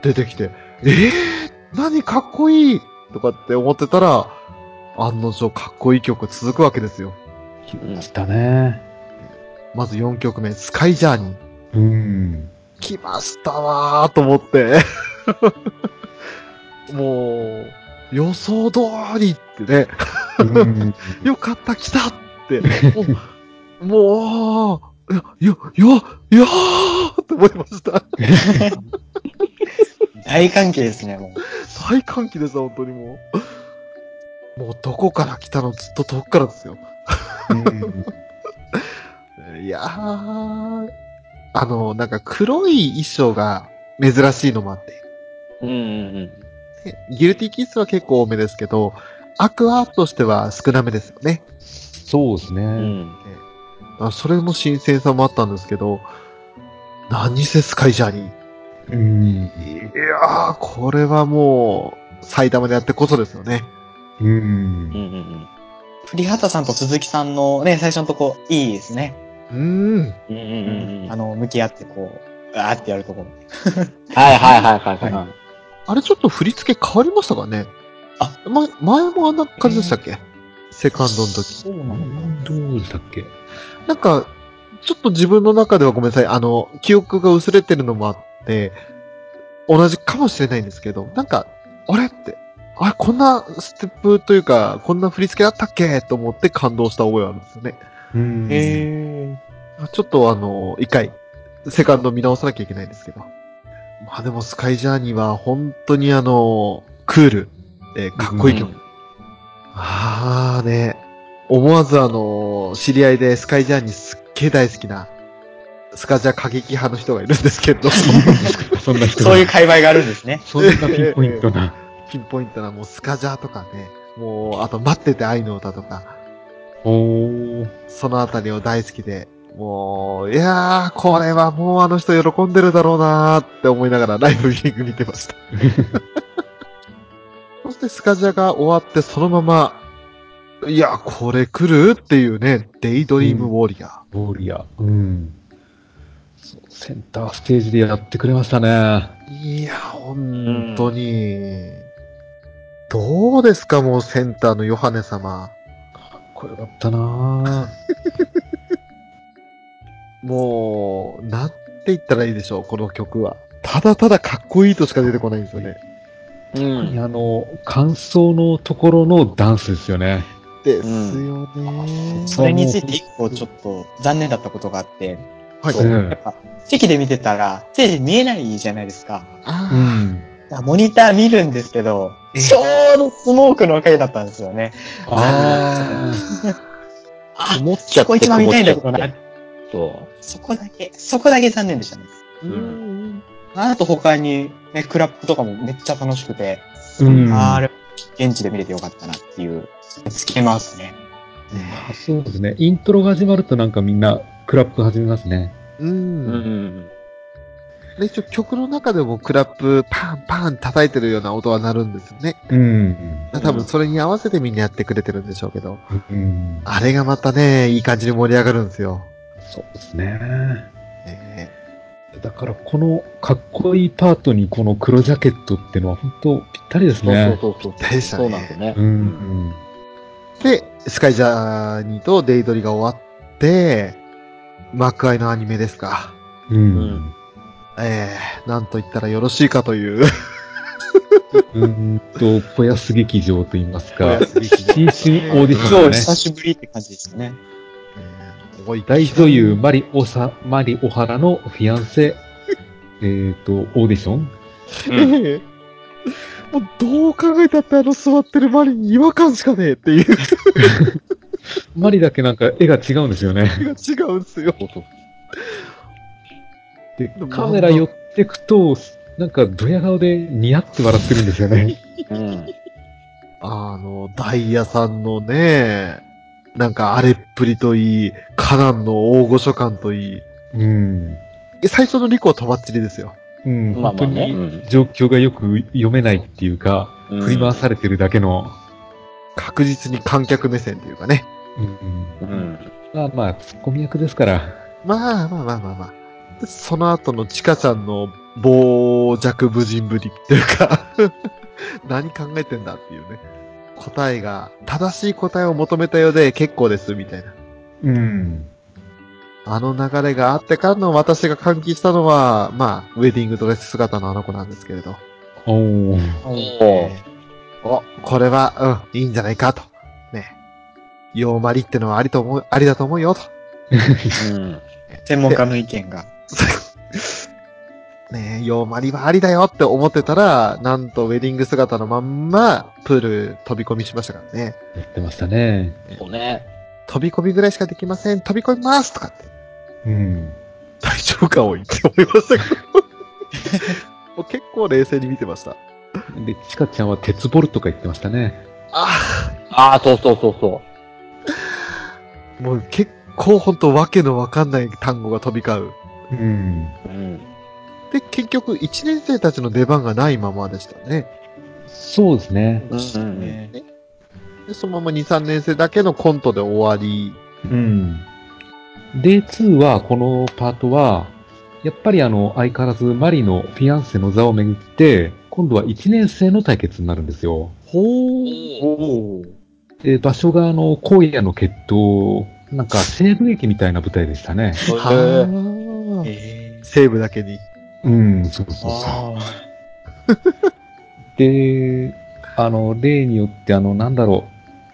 Speaker 2: 出てきて、ええー、何かっこいいとかって思ってたら、案の定かっこいい曲続くわけですよ。
Speaker 7: 来ましたね。
Speaker 2: まず4曲目、スカイジャーニー。
Speaker 7: うん。
Speaker 2: 来ましたわーと思って。もう、予想通りってね、
Speaker 7: うん
Speaker 2: よかった、来たって、もう、もう、よ、よ、よーって思いました。
Speaker 4: 大関係ですね、もう。
Speaker 2: 大歓喜でした、本当にもう。もうどこから来たのずっと遠くからですよ。
Speaker 7: うん
Speaker 2: いやー、あの、なんか黒い衣装が珍しいのもあって、
Speaker 3: うんうんうん。
Speaker 2: ねギルティキッスは結構多めですけど、アクアとしては少なめですよね。
Speaker 7: そうです
Speaker 3: う
Speaker 7: ね。
Speaker 3: ん。
Speaker 2: あそれも新鮮さもあったんですけど、何せスカイジャーニ
Speaker 7: うん。
Speaker 2: ー。いやー、これはもう、埼玉でやってこそですよね。
Speaker 7: う。
Speaker 3: うんうんんうん。
Speaker 4: 栗畑さんと鈴木さんのね、最初のとこ、いいですね。
Speaker 2: うーん。
Speaker 3: うんうんうんうん。
Speaker 4: あ
Speaker 3: はい
Speaker 4: の、向き合ってこう、あーってやるところ。
Speaker 3: はいはいはいはい。
Speaker 2: あれちょっと振り付け変わりましたかね
Speaker 4: あ、
Speaker 2: ま、前もあんな感じでしたっけ、セカンドの時。
Speaker 4: そうな
Speaker 7: どうでしたっけ
Speaker 2: なんか、ちょっと自分の中ではごめんなさい、あの、記憶が薄れてるのもあって、同じかもしれないんですけど、なんか、あれって、あれ、こんなステップというか、こんな振り付けだったっけと思って感動した覚えがあるんですよね。
Speaker 7: うん
Speaker 4: へ
Speaker 2: ちょっとあの、一回、セカンド見直さなきゃいけないんですけど。まあでも、スカイジャーニーは本当にあの、クール、えーかっこいい曲。
Speaker 3: うん
Speaker 2: ああね、思わずあの、知り合いでスカイジャーニーすっげえ大好きな、スカジャ過激派の 人がいるんですけど、
Speaker 7: そんな人
Speaker 4: そういう界隈があるんですね。
Speaker 7: そんなピンポイントな。
Speaker 2: ピンポイントなもうスカジャーとかね、もう、あと待ってて愛の歌とか、
Speaker 7: おー。
Speaker 2: そのあたりを大好きで、もう、いやー、これはもうあの人喜んでるだろうなーって思いながらライブビューイング見てました。そしてスカジャが終わってそのまま、いや、これ来るっていうね、デイドリームウォリアー。
Speaker 7: ボーリア。うん。そうセンターステージでやってくれましたね。
Speaker 2: いや、本当に、どうですか、もうセンターのヨハネ様。
Speaker 7: これよかったな
Speaker 2: もう、なんて言ったらいいでしょう、この曲は。ただただかっこいいとしか出てこないんですよね。
Speaker 3: う
Speaker 7: ぁ。あの、感想のところのダンスですよね。
Speaker 2: ですよね。
Speaker 4: それについて一個ちょっと残念だったことがあって、
Speaker 2: はい。
Speaker 4: そう
Speaker 7: うん
Speaker 4: やっぱ席で見てたら、ステージ見えないじゃないですか。
Speaker 7: う
Speaker 2: あ
Speaker 7: ん。
Speaker 4: だからモニター見るんですけど、
Speaker 2: え
Speaker 4: ちょうどスモークの回だったんですよね。
Speaker 7: あ
Speaker 4: あ、
Speaker 3: 思っちゃって
Speaker 4: そこ一番見たいんだけど
Speaker 3: 曇っちゃっ
Speaker 4: な
Speaker 3: て。そ
Speaker 4: そこだけ、そこだけ残念でしたね。
Speaker 2: ーうん
Speaker 4: あと他に、ね、クラップとかもめっちゃ楽しくて、
Speaker 7: ー。うん。
Speaker 4: あれ、現地で見れてよかったなっていう、つけますね。
Speaker 7: あそうですね。イントロが始まるとなんかみんなクラップ始めますね。
Speaker 2: う
Speaker 3: う。
Speaker 2: ん。
Speaker 3: ん。
Speaker 2: で、一応曲の中でもクラップパンパン叩いてるような音は鳴るんですよね。
Speaker 7: うん。
Speaker 2: 多分それに合わせてみんなやってくれてるんでしょうけど。
Speaker 7: うん。
Speaker 2: あれがまたね、いい感じに盛り上がるんですよ。
Speaker 7: そうですね。
Speaker 2: ね
Speaker 7: だからこのかっこいいパートにこの黒ジャケットってのは本当ぴったりです
Speaker 3: そう
Speaker 7: ね。
Speaker 3: そうそう
Speaker 2: ぴった
Speaker 3: そう。
Speaker 2: りしたね
Speaker 3: そうなんですね。
Speaker 7: うん。
Speaker 2: で、スカイジャーニーとデイドリが終わって、幕開のアニメですか。
Speaker 7: うん。うん。
Speaker 2: ええなんと言ったらよろしいかという。
Speaker 7: うーんと、ぽやす劇場と言いま すか、新進オーディショ
Speaker 4: 今
Speaker 7: ン
Speaker 4: 日久
Speaker 7: ね。
Speaker 4: しぶりって感じですよね。
Speaker 2: 思い
Speaker 7: 大女優マリオサ、マリオハラのフィアンセ、えっと、オーディション
Speaker 2: ええもうどう考えたってあの座ってるマリに違和感しかねえっていう
Speaker 7: マリだけなんか絵が違うんですよね。
Speaker 2: のが違うんですよ。
Speaker 7: で、カメラ寄ってくと、なんかドヤ顔でニヤって笑ってるんです よね。
Speaker 3: うん。
Speaker 2: あの、ダイヤさんのね、なんか荒れっぷりといい、カナンの大御所感といい、
Speaker 7: うん。
Speaker 2: え最初のリコはとばっちりですよ。
Speaker 7: うん、
Speaker 3: まあま
Speaker 7: 本当
Speaker 3: あね。
Speaker 7: に状況がよく読めないっていうか、
Speaker 3: うん
Speaker 7: 振り回されてるだけの、
Speaker 2: 確実に観客目線というかね。
Speaker 7: うん
Speaker 3: うん。
Speaker 7: まあまあ、ツッコミ役ですから。
Speaker 2: まあまあまあまあまあ。でその後のチカちゃんの傍若無人ぶりっていうか、 何考えてんだっていうね。答えが、正しい答えを求めたようで結構ですみたいな。
Speaker 7: うん。
Speaker 2: あの流れがあってからの私が歓喜したのは、まあ、ウェディングドレス姿のあの子なんですけれど。
Speaker 7: おー
Speaker 3: おー
Speaker 2: お、これは、うん、いいんじゃないかと。ね。ヨーマリってのはありと思う、ありだと思うよと。
Speaker 3: うん。
Speaker 4: 専門家の意見が。
Speaker 2: ねえ、ヨーマリはありだよって思ってたら、なんとウェディング姿のまんま、プール飛び込みしましたからね。
Speaker 7: やってましたね。
Speaker 3: そうね。
Speaker 2: 飛び込みぐらいしかできません、飛び込みますとかって。
Speaker 7: うん。
Speaker 2: 大丈夫かおいって思いました けど。もう結構冷静に見てました。
Speaker 7: で、チカちゃんは鉄ボルとか言ってましたね。
Speaker 2: あ
Speaker 3: ああ、そうそうそうそ
Speaker 2: あ、もう結構ほんとわけのわかんない単語が飛び交う。
Speaker 7: うん。
Speaker 3: う。うん。
Speaker 2: で、結局1年生たちの出番がないままでしたね。
Speaker 7: そうですね。
Speaker 3: うん。
Speaker 4: ね
Speaker 2: で、そのまま2、3年生だけのコントで終わり。
Speaker 7: うん。デイ2は、このパートは、やっぱりあの、相変わらずマリのフィアンセの座をめぐって、今度は1年生の対決になるんですよ。
Speaker 2: ほ
Speaker 3: お
Speaker 7: で、場所があの、荒野の決闘、なんか西部劇みたいな舞台でしたね。
Speaker 3: ー。
Speaker 2: はあ。
Speaker 4: え
Speaker 2: セーブだけに。
Speaker 7: うん、そうそうそう。
Speaker 4: あ
Speaker 7: で、あの、例によって、あの、なんだろ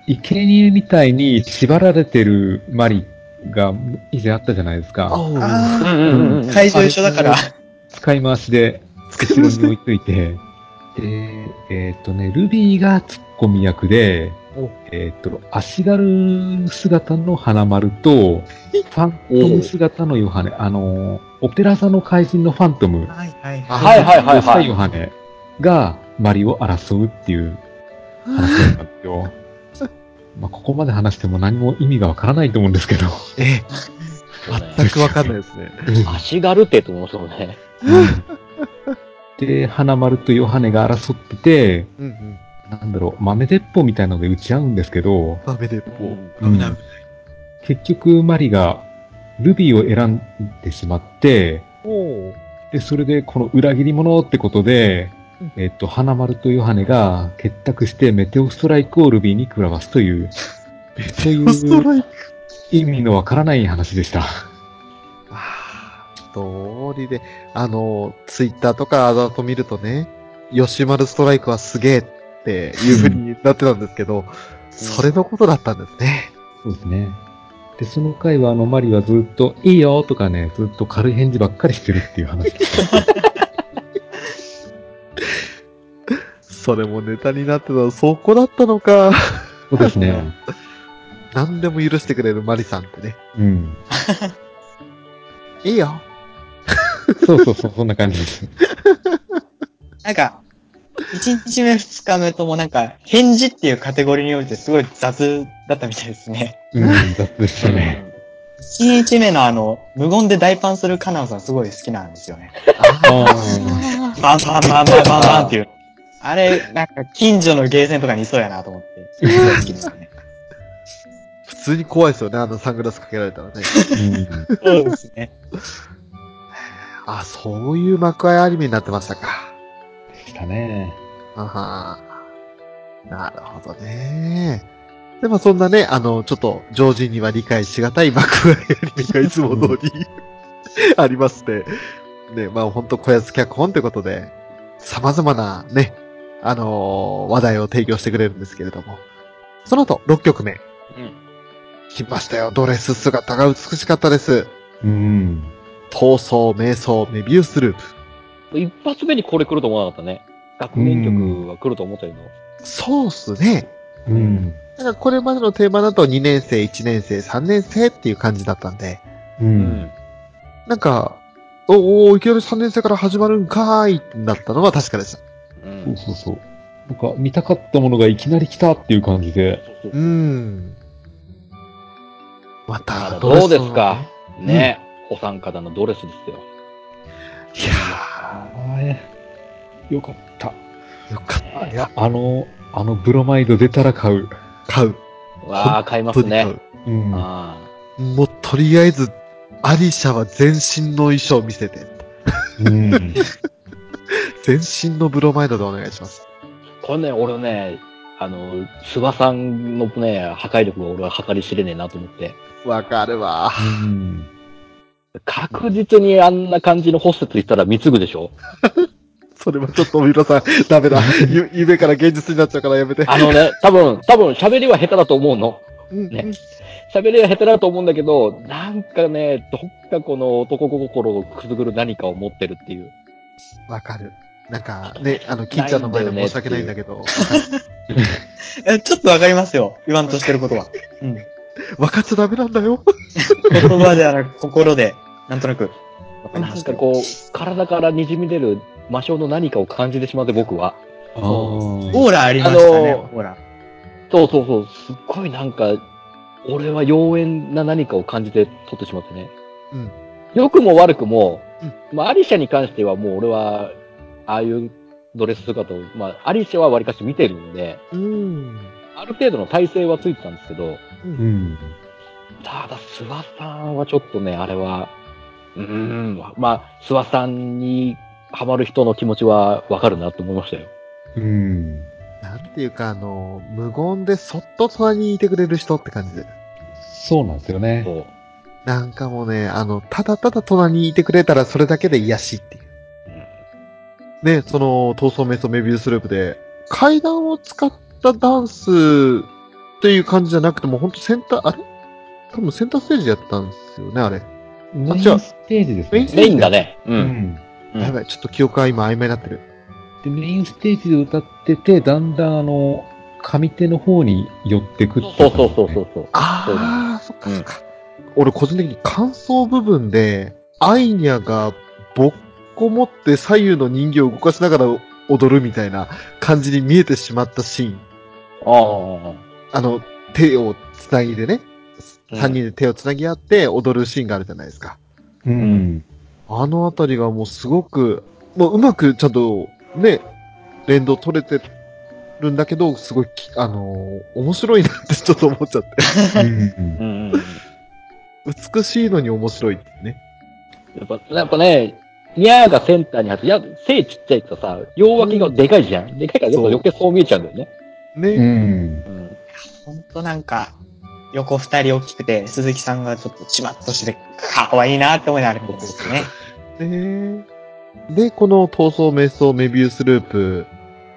Speaker 7: う、生贄みたいに縛られてるマリが以前あったじゃないですか。
Speaker 2: あ
Speaker 4: あ
Speaker 3: うんうんうん
Speaker 4: ー。。会場一緒だから。
Speaker 7: 使い回しで、後ろに置いといて。で、えーっ、とね、ルビーがツッコミ役で、えーっ、と、足軽姿の花丸と、ファントム姿のヨハネ、あの、オペラ座の怪人のファントム。
Speaker 4: はいはい
Speaker 2: あ
Speaker 4: は
Speaker 3: はいはいはい
Speaker 7: した
Speaker 3: はい。
Speaker 7: ヨハネが、マリを争うっていう話なんですよ。まあ、ここまで話しても何も意味がわからないと思うんですけど。
Speaker 2: ええ、
Speaker 3: そうね
Speaker 2: 全くわかんないですね。
Speaker 3: 足軽ってと思いますもんね。
Speaker 7: で、花丸とヨハネが争ってて、
Speaker 2: うんうん。
Speaker 7: なんだろう、豆鉄砲みたいなので撃ち合うんですけど、
Speaker 2: ダメでこう。
Speaker 7: うん結局マリがルビーを選んでしまって、
Speaker 3: お
Speaker 7: で、それでこの裏切り者ってことで、えっと、花丸とヨハネが結託してメテオストライクをルビーに食らわすという、そうい
Speaker 2: スト
Speaker 7: う
Speaker 2: ライク。
Speaker 7: 意味のわからない話でした。
Speaker 2: ああ、道理で、あの、ツイッターとかあざと見るとね、吉丸ストライクはすげえっていうふうになってたんですけど、それのことだったんですね。
Speaker 7: そうですね。で、その回はあのマリはずっと、いいよとかね、ずっと軽い返事ばっかりしてるっていう話。
Speaker 2: それもネタになってたの、そこだったのか。
Speaker 7: そうですね。
Speaker 2: 何でも許してくれるマリさんってね。
Speaker 7: うん。
Speaker 2: いいよ。
Speaker 7: そうそうそう、そんな感じです。
Speaker 4: なんか、1日目2日目ともなんか、返事っていうカテゴリーにおいてすごい雑だったみたいですね。
Speaker 7: うん、雑でしたね。
Speaker 4: 1日目のあの、無言で大パンするカナンさんすごい好きなんですよね。
Speaker 7: あ
Speaker 4: バンバンバンバンバンバンっていう。あれ、なんか近所のゲーセンとかにいそうやなと思って。すごい好きですね。
Speaker 2: 普通に怖いですよね、あのサングラスかけられたらね。
Speaker 7: ーうん
Speaker 4: そうですね。
Speaker 2: あ、そういう幕開アニメになってましたか。
Speaker 7: でしたね。
Speaker 2: あはーなるほどね。でもそんなね、あの、ちょっと、常人には理解しがたい幕開アニメがいつも通りありまして、ね、まあほんと小安脚本ということで、様々なね、あのー話題を提供してくれるんですけれども、その後、6曲目。
Speaker 3: うん。
Speaker 2: 来ましたよ、ドレス姿が美しかったです。
Speaker 7: うん。
Speaker 2: 闘争、瞑想、メビウスループ。
Speaker 3: 一発目にこれ来ると思わなかったね。学年曲が来ると思ったけど。
Speaker 2: そうっすね。
Speaker 7: うん。
Speaker 2: なんかこれまでのテーマだと2年生、1年生、3年生っていう感じだったんで、
Speaker 7: う。。
Speaker 3: うん
Speaker 2: なんか、おお、いきなり3年生から始まるんかーいってなったのは確かでした。
Speaker 3: う。
Speaker 7: そうんそうそう。なんか、見たかったものがいきなり来たっていう感じで。
Speaker 3: そう
Speaker 2: う。
Speaker 3: そうん
Speaker 2: ま
Speaker 3: あ
Speaker 2: た、
Speaker 3: らどうですか
Speaker 2: ん
Speaker 3: ねえ、お三方のドレスですよ。
Speaker 2: いや
Speaker 7: ああ、よかった。
Speaker 2: ー、よかった。いや、
Speaker 7: あの、あのブロマイド出たら買う。
Speaker 2: 買う。
Speaker 3: わあ、買います
Speaker 2: 本
Speaker 3: ね。
Speaker 2: 当に
Speaker 7: うん。
Speaker 3: あ
Speaker 2: 買う。もうとりあえず、アリシャは全身の衣装を見せて、
Speaker 7: うん。
Speaker 2: 全身のブロマイドでお願いします。
Speaker 3: あこれね、俺ね、あの、諏訪さんのね、破壊力が俺は計り知れねえなと思って。
Speaker 2: わかるわー。
Speaker 7: うん
Speaker 3: 確実にあんな感じのホステスいたら貢ぐでしょ
Speaker 2: それはちょっと、おみろさん、ダ メだ。ゆ夢から現実になっちゃうからやめて。
Speaker 3: あのね、多分、多分喋りは下手だと思うの。
Speaker 2: うん
Speaker 3: ね喋りは下手だと思うんだけど、なんかね、どっかこの男心をくすぐる何かを持ってるっていう。
Speaker 2: わかる。なんか、ね、あの、金ちゃんの前で申し訳ないんだけど、
Speaker 4: えちょっとわかりますよ。言わんとしてることは。うん。
Speaker 2: 分かっちゃダメなんだよ。
Speaker 4: 言葉ではなく心で、なんとなく。わかり
Speaker 3: な
Speaker 4: ま
Speaker 3: ん
Speaker 4: し
Speaker 3: か
Speaker 4: た。
Speaker 3: こう、体から滲み出る魔性の何かを感じてしまって僕は。
Speaker 7: あ
Speaker 4: オーラありましたね、
Speaker 3: あの
Speaker 4: オーラ。
Speaker 3: そうそうそう、すっごいなんか、俺は妖艶な何かを感じて撮ってしまってね。
Speaker 2: うん。
Speaker 3: 良くも悪くも、まあ、アリシャに関してはもう俺は、ああいうドレス姿を、まあ、アリシャはわりかし見てるんで、
Speaker 2: うん。
Speaker 3: ある程度の体勢はついてたんですけど、
Speaker 7: あ。うん。
Speaker 3: ただ、諏訪さんはちょっとね、あれは、うーん、まあ、諏訪さんにハマる人の気持ちはわかるなと思いましたよ。
Speaker 7: うん。
Speaker 2: なんていうか、あの、無言でそっと隣にいてくれる人って感じで。
Speaker 7: そうなんですよね。
Speaker 3: そう。
Speaker 2: なんかもうね、あの、ただただ隣にいてくれたらそれだけで癒しっていう。ね、その、闘争メソメビウスループで、階段を使ったダンスっていう感じじゃなくても、ほんとセンター、あれ多分センターステージでやったんですよね、あれ。
Speaker 7: メ
Speaker 2: あ
Speaker 7: イン
Speaker 2: 違う
Speaker 7: ステージです
Speaker 2: メイン
Speaker 7: ね
Speaker 2: ス。テージ
Speaker 3: メインだね。う。
Speaker 7: うんん。
Speaker 3: うん
Speaker 2: やばい、ちょっと記憶が今曖昧になってる。
Speaker 7: で、メインステージで歌ってて、だんだんあの、上手の方に寄ってくってい
Speaker 3: そう
Speaker 7: 感
Speaker 3: そう
Speaker 7: じ
Speaker 3: そうそうそう。
Speaker 2: ああ、そっかそっか。俺個人的に感想部分で、アイニャがボッコ持って左右の人形を動かしながら踊るみたいな感じに見えてしまったシーン。
Speaker 3: あ
Speaker 2: あの、手をつなぎでね、
Speaker 3: うん
Speaker 2: 3人で手をつなぎ合って踊るシーンがあるじゃないですか。
Speaker 7: うん。
Speaker 2: あのあたりがもうすごく、もううまくちゃんとね、連動取れてるんだけど、すごいき、あのー面白いなってちょっと思っちゃって。
Speaker 7: うん
Speaker 3: あ。うん。
Speaker 2: 美しいのに面白いっていうね。
Speaker 3: やっぱ、やっぱね、ニャーがセンターに張って、いや、背ちっちゃいとさ、両脇がでかいじゃん。でかいからやっぱ余計そう見えちゃうんだよね。
Speaker 7: う
Speaker 2: ね。
Speaker 7: ん。
Speaker 3: うん。
Speaker 4: ほんとなんか、横二人大きくて、鈴木さんがちょっとちまっとして、かわいいなって思いながら見てますね。
Speaker 2: ねで、この闘争、瞑想、メビウスループ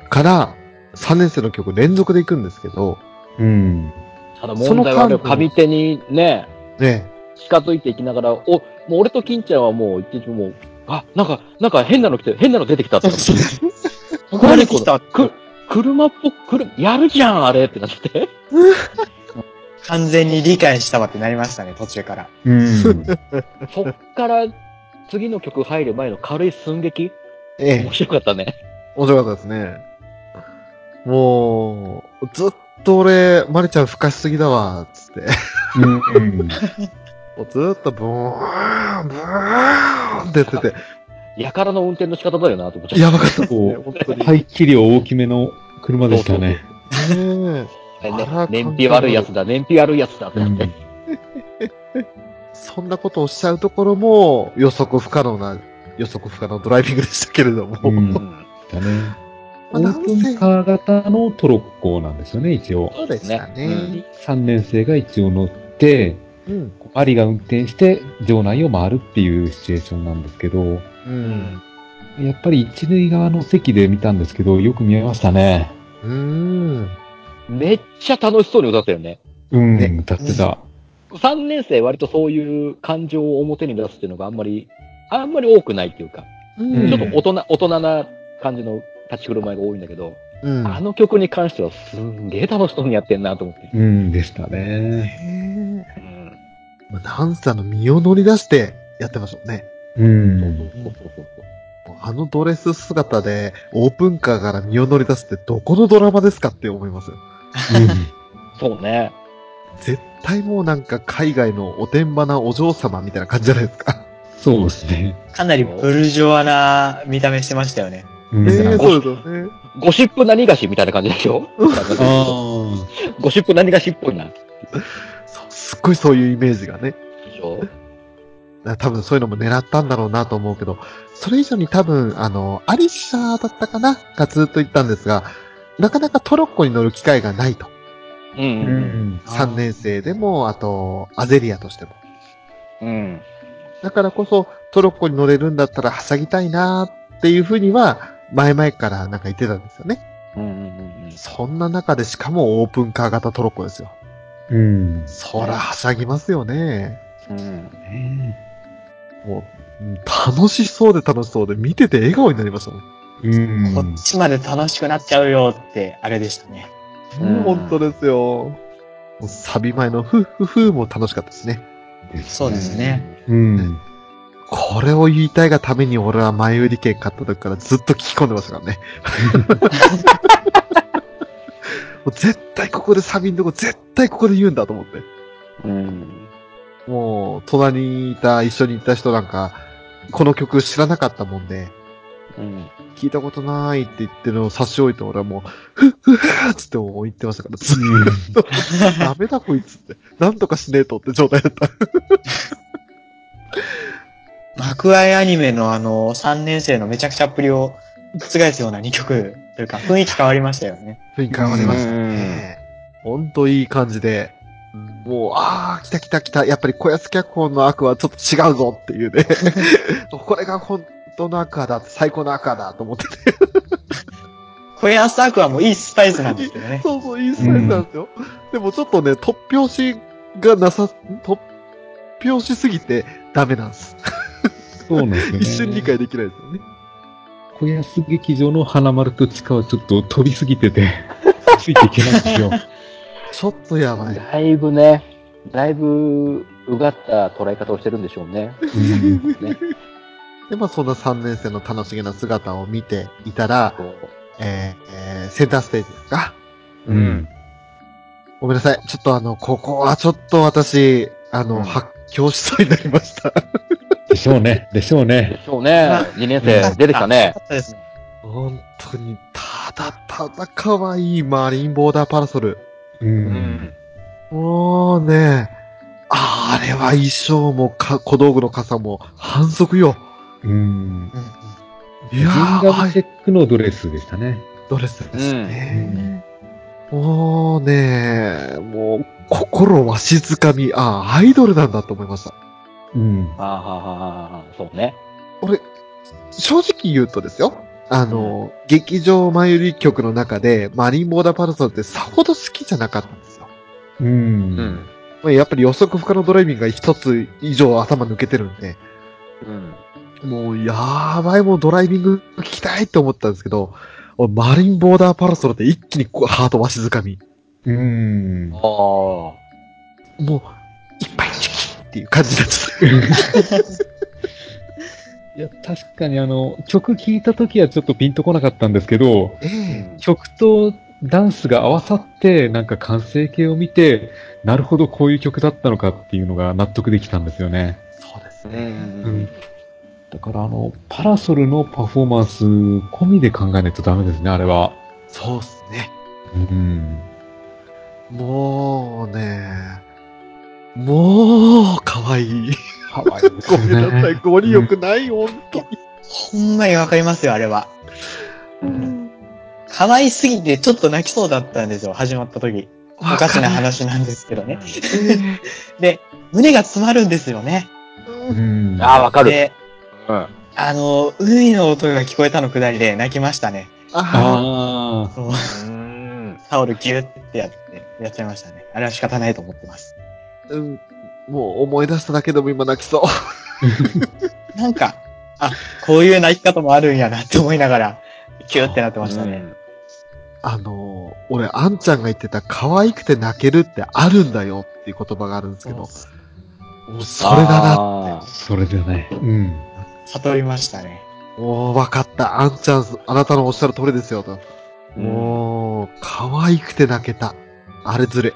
Speaker 2: から、3年生の曲連続で行くんですけど、
Speaker 7: うん。
Speaker 3: ただ問題はね、
Speaker 2: その間も
Speaker 3: 上手にね、
Speaker 2: ね、
Speaker 3: 近づいていきながら、お、もう俺と金ちゃんはもう、一日もう、あ、なんか、なんか変なの来てる、変なの出てきたって
Speaker 4: そう
Speaker 3: なって
Speaker 4: そう。怒られてきた。
Speaker 3: く、車っぽく、くる、やるじゃん、あれってなって。
Speaker 4: 完全に理解したわってなりましたね、途中から。
Speaker 7: うん。
Speaker 3: そっから、次の曲入る前の軽い寸劇
Speaker 2: ええ
Speaker 3: 面、白かったね。
Speaker 2: 面白かったですね。もう、ずっと俺、マリちゃん吹かしすぎだわ、つって。
Speaker 7: うん。
Speaker 2: もうずっとブーン、ブーンってやってて、
Speaker 3: やからの運転の仕方だよな、と思っちゃった。
Speaker 2: やばかったです
Speaker 7: そ
Speaker 2: ね、
Speaker 7: う
Speaker 2: 本当に。
Speaker 7: 排気量大きめの車でしたね。
Speaker 2: ね
Speaker 3: ね
Speaker 2: あら
Speaker 3: 燃費悪いやつだ、燃費悪いやつだってなって。
Speaker 2: えそんなことをしちゃうところも予測不可能な、予測不可能ドライビングでしたけれども。
Speaker 7: うん
Speaker 3: う
Speaker 7: うん
Speaker 3: ん
Speaker 7: だね。オ
Speaker 2: まあ
Speaker 7: ープンカー型のトロッコなんですよね、一応。
Speaker 2: そうでしたね。
Speaker 7: 3年生が一応乗って、
Speaker 2: うん。
Speaker 7: アリが運転して場内を回るっていうシチュエーションなんですけど、
Speaker 2: うん。
Speaker 7: やっぱり一塁側の席で見たんですけど、よく見えましたね。
Speaker 2: うん。
Speaker 3: めっちゃ楽しそうに歌ったよね。
Speaker 7: うん、
Speaker 2: ね
Speaker 7: 歌ってた。
Speaker 3: 3年生割とそういう感情を表に出すっていうのがあんまり、あんまり多くないっていうか、
Speaker 2: うん
Speaker 3: ちょっと大人、大人な感じの立ち振る舞いが多いんだけど、
Speaker 2: うん。
Speaker 3: あの曲に関してはすんげえ楽しそうにやってんなと思って。
Speaker 7: うん、でしたね。
Speaker 2: ねえまあダンサーの身を乗り出してやってましたもんね。
Speaker 7: うん。
Speaker 3: そうそうそうそう
Speaker 2: あのドレス姿でオープンカーから身を乗り出すってどこのドラマですかって思いますよ。
Speaker 3: そうね。
Speaker 2: 絶対もうなんか海外のおてんばなお嬢様みたいな感じじゃないですか。
Speaker 7: そうですね。
Speaker 4: かなりブルジョワな見た目してましたよね。
Speaker 7: うん
Speaker 2: ええ
Speaker 7: なんか
Speaker 2: そうですよね。
Speaker 3: ゴシップ何がしみたいな感じでしょ
Speaker 7: あ
Speaker 3: ゴシップ何がしっぽいな。で
Speaker 2: そうすっごいそういうイメージがね。
Speaker 3: しょ
Speaker 2: 多分そういうのも狙ったんだろうなと思うけど、それ以上に多分、あの、アリシャだったかながずっと言ったんですが、なかなかトロッコに乗る機会がないと。
Speaker 3: う。
Speaker 7: あ。うんん。
Speaker 2: 3年生でも、あと、アゼリアとしても。
Speaker 3: うん。
Speaker 2: だからこそ、トロッコに乗れるんだったらはしゃぎたいなーっていうふうには、前々からなんか言ってたんですよね。
Speaker 3: うん。うん。
Speaker 2: そんな中でしかもオープンカー型トロッコですよ。
Speaker 7: うん。
Speaker 2: そらはしゃぎますよね。
Speaker 3: うん。
Speaker 7: ね
Speaker 2: もう、うん楽しそうで楽しそうで、見てて笑顔になりましたもん。
Speaker 7: うん
Speaker 4: こっちまで楽しくなっちゃうよって、あれでしたね。
Speaker 3: うん
Speaker 2: 本当ですよ。サビ前のフッフッフーも楽しかったですね。
Speaker 4: そうですね。
Speaker 7: うん。
Speaker 2: これを言いたいがために俺は前売り券買った時からずっと聞き込んでましたからね。もう絶対ここでサビのとこ絶対ここで言うんだと思って。
Speaker 3: うん。
Speaker 2: もう、隣にいた、一緒にいた人なんか、この曲知らなかったもんで、
Speaker 3: うん。
Speaker 2: 聞いたことないって言ってるのを差し置いて俺はもう、ふっふっふっつってもう言ってましたから、ずっと、ダメだこいつって、なんとかしねえとって状態だった。
Speaker 4: 幕愛アニメのあの、3年生のめちゃくちゃっぷりを覆すような2曲というか、雰囲気変わりましたよね。
Speaker 2: 雰囲気変わりましたね。ほんといい感じで、もう、あー、来た来た来た、やっぱり小安脚本の悪はちょっと違うぞっていうね。これが本当の悪だって、最高の悪だと思ってて。
Speaker 4: 小屋サークはもういいスパイスなんですけどね。
Speaker 2: そうそう、いいスパイスなんですよ。でもちょっとね、突拍子がなさ、突拍子すぎてダメなんです。
Speaker 7: そうなんですよね。
Speaker 2: 一瞬理解できないですよね。
Speaker 7: 小安劇場の花丸と地下はちょっと飛びすぎて て、ついていけないんですよ。
Speaker 2: ちょっとやばい。
Speaker 3: だいぶね、 だいぶ、うがった捉え方をしてるんでしょうね。
Speaker 7: うん
Speaker 3: ね
Speaker 2: で、まあ、そんな3年生の楽しげな姿を見ていたら、
Speaker 3: こ
Speaker 2: えーえーセンターステージですか
Speaker 7: うん。
Speaker 2: ごめんなさい。ちょっとあの、ここはちょっと私、あの、
Speaker 7: うん
Speaker 2: 発狂しそうになりました。
Speaker 7: でしょうね。でしょう
Speaker 3: う
Speaker 7: ね。
Speaker 3: そうね、2年生出てきたね。
Speaker 4: そうですね。
Speaker 2: 本当に、ただただ可愛いマリンボーダーパラソル。
Speaker 7: う。
Speaker 3: うんん。
Speaker 2: もうね、ああれは衣装もか小道具の傘も反則よ。
Speaker 7: うん。
Speaker 4: うんうん
Speaker 2: い
Speaker 7: ギン
Speaker 2: やー、
Speaker 7: ガ
Speaker 2: あ
Speaker 7: ムチェックのドレスでしたね。
Speaker 2: ドレスですね。もうね、もう心わしづかみ、ああ、アイドルなんだと思いました。
Speaker 7: うん。
Speaker 3: ああ、はあはあはあ、そうね。
Speaker 2: 俺、正直言うとですよ。あの、劇場前より曲の中で、マリンボーダーパルソルってさほど好きじゃなかったんですよ。
Speaker 7: う。
Speaker 3: うんん。
Speaker 2: まあやっぱり予測不可のドライビングが一つ以上頭抜けてるんで、
Speaker 3: うん。
Speaker 2: もうやーばいもうドライビング聞きたいって思ったんですけど、俺マリンボーダーパルソルって一気にこうハートわしづかみ。
Speaker 7: うん
Speaker 3: あ。あ。
Speaker 2: もう、いっぱいチキンっていう感じになっちゃった。
Speaker 7: いや、確かにあの、曲聴いた時はちょっとピンとこなかったんですけど、
Speaker 2: ええ
Speaker 7: 曲とダンスが合わさって、なんか完成形を見て、なるほどこういう曲だったのかっていうのが納得できたんですよね。
Speaker 2: そうです
Speaker 3: う
Speaker 2: ね。
Speaker 3: ん。
Speaker 7: だからあの、パラソルのパフォーマンス込みで考えないとダメですね、あれは。
Speaker 2: そうっすね。
Speaker 7: うん。
Speaker 2: もうね、もう可愛い。
Speaker 7: かわいいです
Speaker 2: ご
Speaker 7: よ
Speaker 2: め
Speaker 7: ね。
Speaker 2: んなさい、ゴリ良くない、ほんと。
Speaker 4: ほんまにわかりますよ、あれは。可愛すぎてちょっと泣きそうだったんですよ、始まった時。おかしな話なんですけどね。で、胸が詰まるんですよね。
Speaker 7: うん。
Speaker 3: ああ、わかる。
Speaker 4: で、
Speaker 3: うん。
Speaker 4: あの、海の音が聞こえたのくだりで泣きましたね。
Speaker 2: あ
Speaker 7: あ
Speaker 4: そうタオルギュってやって、やっちゃいましたね。あれは仕方ないと思ってます。
Speaker 2: ーうんもう思い出しただけでも今泣きそう。
Speaker 4: なんか、あ、こういう泣き方もあるんやなって思いながら、キューってなってましたね。
Speaker 2: あのー、俺、あんちゃんが言ってた可愛くて泣けるってあるんだよっていう言葉があるんですけど、もうそれだ
Speaker 3: な
Speaker 7: あ。それじゃない。うん。
Speaker 4: 悟りましたね。
Speaker 2: な。もう分かった。あんちゃん、あなたのおっしゃる通りですよ。ともう、可愛くて泣けた。あれずれ。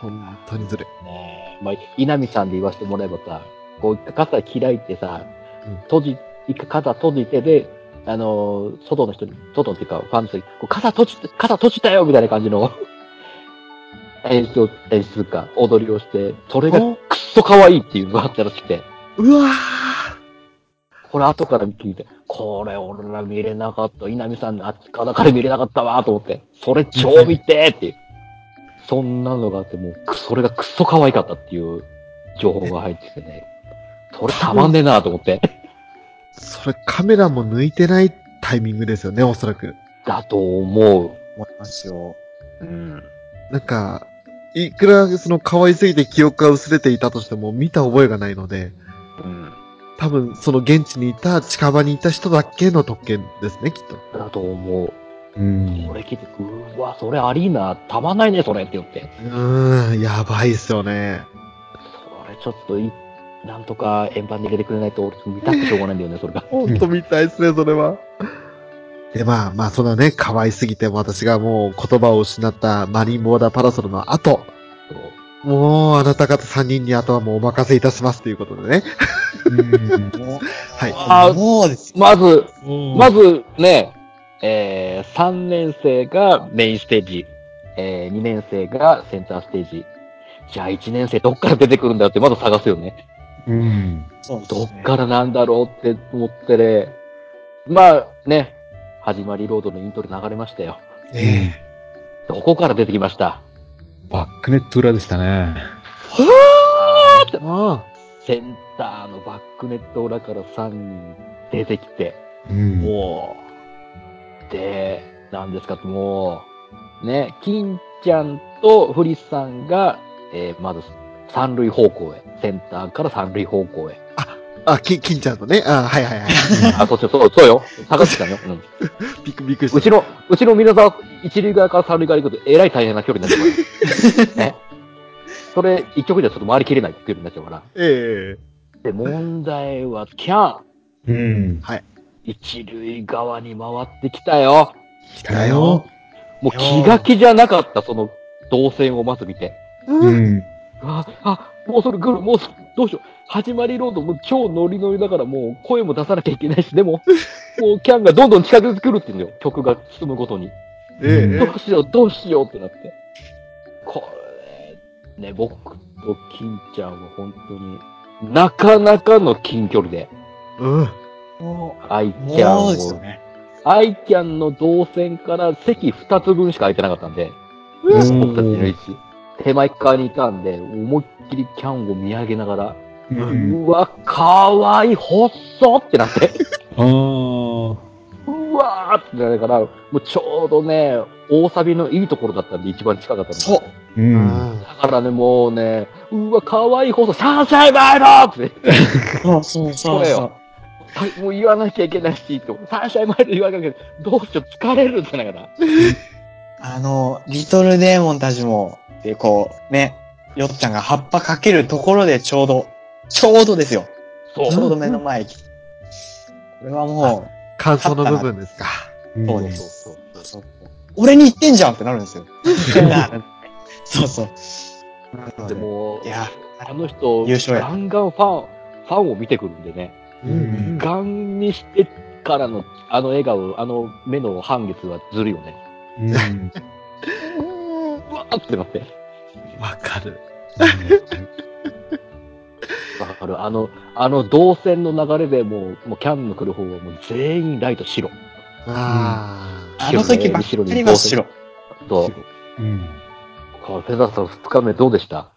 Speaker 2: 本当にずれ。
Speaker 3: ねえ、まあ、稲見さんで言わせてもらえばさ、こう、一回傘開いてさ
Speaker 2: うん、
Speaker 3: 閉じ、一回傘閉じてで、あのー外の人に、外っていうか、ファンの人に、こう傘閉じて、傘閉じたよみたいな感じの演出を、演出か、踊りをして、それが
Speaker 2: お
Speaker 3: くっそ可愛いっていうのがあったらしくて、
Speaker 2: うわ
Speaker 3: これ後から聞いて、これ俺ら見れなかった、稲見さんのあっちからから見れなかったわと思って、それ超見てっていう。 そんなのがあって、もうく、それがくっそ可愛かったっていう情報が入ってきてね。それたまんねえなと思って。
Speaker 2: ーそれカメラも抜いてないタイミングですよね、おそらく。
Speaker 3: だと思う。
Speaker 4: 思いますよ。
Speaker 3: うん。
Speaker 2: なんか、いくらその可愛すぎて記憶が薄れていたとしても見た覚えがないので、
Speaker 3: うん。
Speaker 2: 多分その現地にいた近場にいた人だけの特権ですね、きっと。
Speaker 3: だと思う。
Speaker 7: うん
Speaker 3: こ。れ聞いて、うわ、それありーな、たまんないね、それって言って。
Speaker 2: うーん、やばいっすよね。
Speaker 3: それちょっとい、なんとか円盤に入れてくれないと、俺見たくてしょうがないんだよね、それが。
Speaker 2: ほんと見たいっすね、それは。で、まあまあ、そんなね、可愛すぎて私がもう言葉を失ったマリンボーダーパラソルの後、もうあなた方3人にあとはもうお任せいたしますということでね。
Speaker 7: うん
Speaker 2: はい。
Speaker 3: あー
Speaker 4: もうです。
Speaker 3: まず、ま
Speaker 4: ず、
Speaker 3: ずね、えー、3年生がメインステージ、えー、2年生がセンターステージ。じゃあ1年生どっから出てくるんだってまだ探すよね。
Speaker 7: うん。
Speaker 4: そうです
Speaker 3: ど
Speaker 4: ね
Speaker 3: っからなんだろうって思ってね。まあね、始まりロードのイントロ流れましたよ。
Speaker 2: え
Speaker 3: どこから出てきました
Speaker 7: バックネット裏でしたね。
Speaker 2: えあ
Speaker 3: センターのバックネット裏から3人出てきて。
Speaker 7: うん。
Speaker 2: も
Speaker 3: で、なんですか、もう、ね、金ちゃんとフリスさんが、えーまず三塁方向へ、センターから三塁方向へ。
Speaker 2: う、あ、き、金ちゃんとね、あ、はいはいはい。
Speaker 3: あ、そっち、そう、そうよ。探してたのよ。うん。
Speaker 2: びっくびっくり
Speaker 3: う
Speaker 2: し
Speaker 3: ち
Speaker 2: た。
Speaker 3: の、うちの皆さん、一塁側から三塁側に行くと、えらい大変な距離になっちゃうから。ね。それ、一曲じゃちょっと回りきれない距離になっちゃうから。
Speaker 2: ええ
Speaker 3: で、問題は、キャン、
Speaker 7: うん。
Speaker 3: 一塁側に回ってきたよ。
Speaker 7: 来たよ。
Speaker 3: もう気が気じゃなかった、その動線をまず見て。
Speaker 7: うん。
Speaker 3: あ、あ、もうそれ来る、もうそどうしよう。始まりロード、もう超ノリノリだからもう声も出さなきゃいけないし、で も、もうキャンがどんどん近づいてくるって言うんだよ。曲が進むごとに。
Speaker 2: え
Speaker 3: どうしよう、どうしようってなって。これ、ね、僕と金ちゃんは本当に、なかなかの近距離で、
Speaker 2: え。うん。
Speaker 4: も
Speaker 3: アイ
Speaker 4: う、
Speaker 3: キャン
Speaker 4: もうですよ
Speaker 3: を、
Speaker 4: ね。
Speaker 3: アイキャンの動線から席2つ分しか空いてなかったんで、
Speaker 7: うん
Speaker 3: 僕たちの位置、手前側にいたんで、思いっきりキャンを見上げながら、
Speaker 7: うん。
Speaker 3: うわ、かわいい、細ってなって、
Speaker 7: あ
Speaker 3: う
Speaker 7: あ。
Speaker 3: わーってなりながら、もうちょうどね、大サビのいいところだったんで、一番近かったので。
Speaker 4: そう。
Speaker 7: うん。
Speaker 3: だからね、もうね、うわ、かわいい放送、サンシャインバイローって、
Speaker 4: そうそうそう
Speaker 3: 声
Speaker 4: そう
Speaker 3: を。はいもう言わなきゃいけないし、とサンシャインバイロー言わなきゃいけない。どうしよう、疲れるってながら。
Speaker 4: あの、リトルデーモンたちも、で、こう、ね、よっちゃんが葉っぱかけるところでちょうど、ちょうどですよ。
Speaker 3: そう。
Speaker 4: ちょうど目の前に。これはも
Speaker 2: 感想の部分ですか。
Speaker 4: う、そう
Speaker 7: う
Speaker 4: で
Speaker 7: ん
Speaker 4: す。そう俺に言ってんじゃんってなるんですよ。 そうそう。
Speaker 3: でも
Speaker 4: い、や、
Speaker 3: あの人、
Speaker 4: 優勝や
Speaker 3: ガンガンファン、ファンを見てくるんでね、
Speaker 7: うん
Speaker 3: ガン見してからのあの笑顔、あの目の半月はずるいよね。
Speaker 7: うん。
Speaker 3: うわーってなって。
Speaker 2: わかる。
Speaker 3: わかる。あの、あの動線の流れでもう、もうキャンの来る方はもう全員ライト白。
Speaker 2: ああ。
Speaker 4: あの時ばっかりは白。
Speaker 3: と、
Speaker 7: うん。
Speaker 3: こうフェザーさん2日目どうでした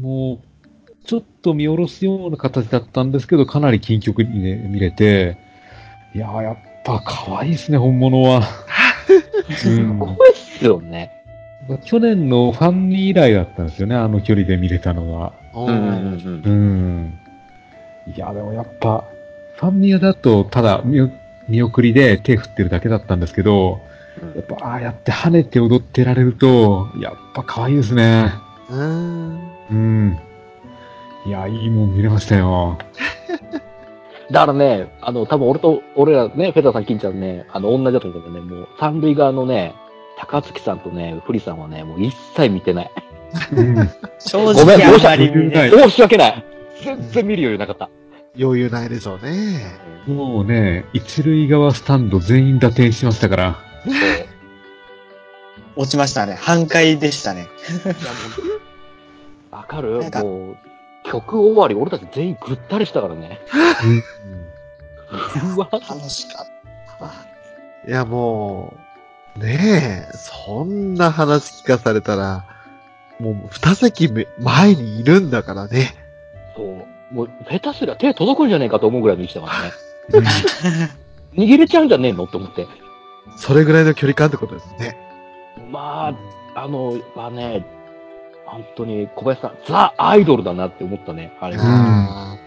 Speaker 7: もう、ちょっと見下ろすような形だったんですけど、かなり近距離に、ね、見れて、いやー、やっぱ可愛いですね、本物は。うん
Speaker 3: これっすよね。
Speaker 7: 去年のファンに以来だったんですよね、あの距離で見れたのが。
Speaker 2: お
Speaker 3: うんうん
Speaker 2: ー
Speaker 3: うん
Speaker 7: うん。いや、でもやっぱ、ファンミアだと、ただ見、見送りで手振ってるだけだったんですけど、やっぱ、ああやって跳ねて踊ってられると、やっぱ可愛いですね。
Speaker 2: うーん。
Speaker 7: うん。いや、いいもん見れましたよ。
Speaker 3: だからね、あの、多分俺と、俺らね、フェザーさん、金ちゃんね、あの、同じだったんだけどね、もう、三塁側のね、高月さんとね、フリさんはね、もう一切見てない。
Speaker 7: うん。
Speaker 3: ご
Speaker 4: 正
Speaker 3: めん
Speaker 4: 直あんまり
Speaker 7: ごめん
Speaker 4: 見
Speaker 7: なさ
Speaker 4: ないい。
Speaker 3: 申し訳ない全然見る余裕なかった。
Speaker 2: 余裕ないでしょうね。
Speaker 7: もうね、一塁側スタンド全員打点しましたから。
Speaker 4: 落ちましたね。半壊でしたね。
Speaker 3: わかる
Speaker 4: なんか
Speaker 3: もう、曲終わり、俺たち全員ぐったりしたからね。うわ、
Speaker 4: 楽しかっ
Speaker 2: いや、もう、ねえ、そんな話聞かされたら、もう二席目前にいるんだからね。
Speaker 3: そう。もう、下手すりゃ手届くんじゃねえかと思うぐらいの位置だからね。
Speaker 7: うん
Speaker 3: 握れちゃうんじゃねえのって思って。
Speaker 2: それぐらいの距離感ってことですね。
Speaker 3: まあ、あの、まあね、本当に小林さん、ザ・アイドルだなって思ったね、あれは。
Speaker 2: あ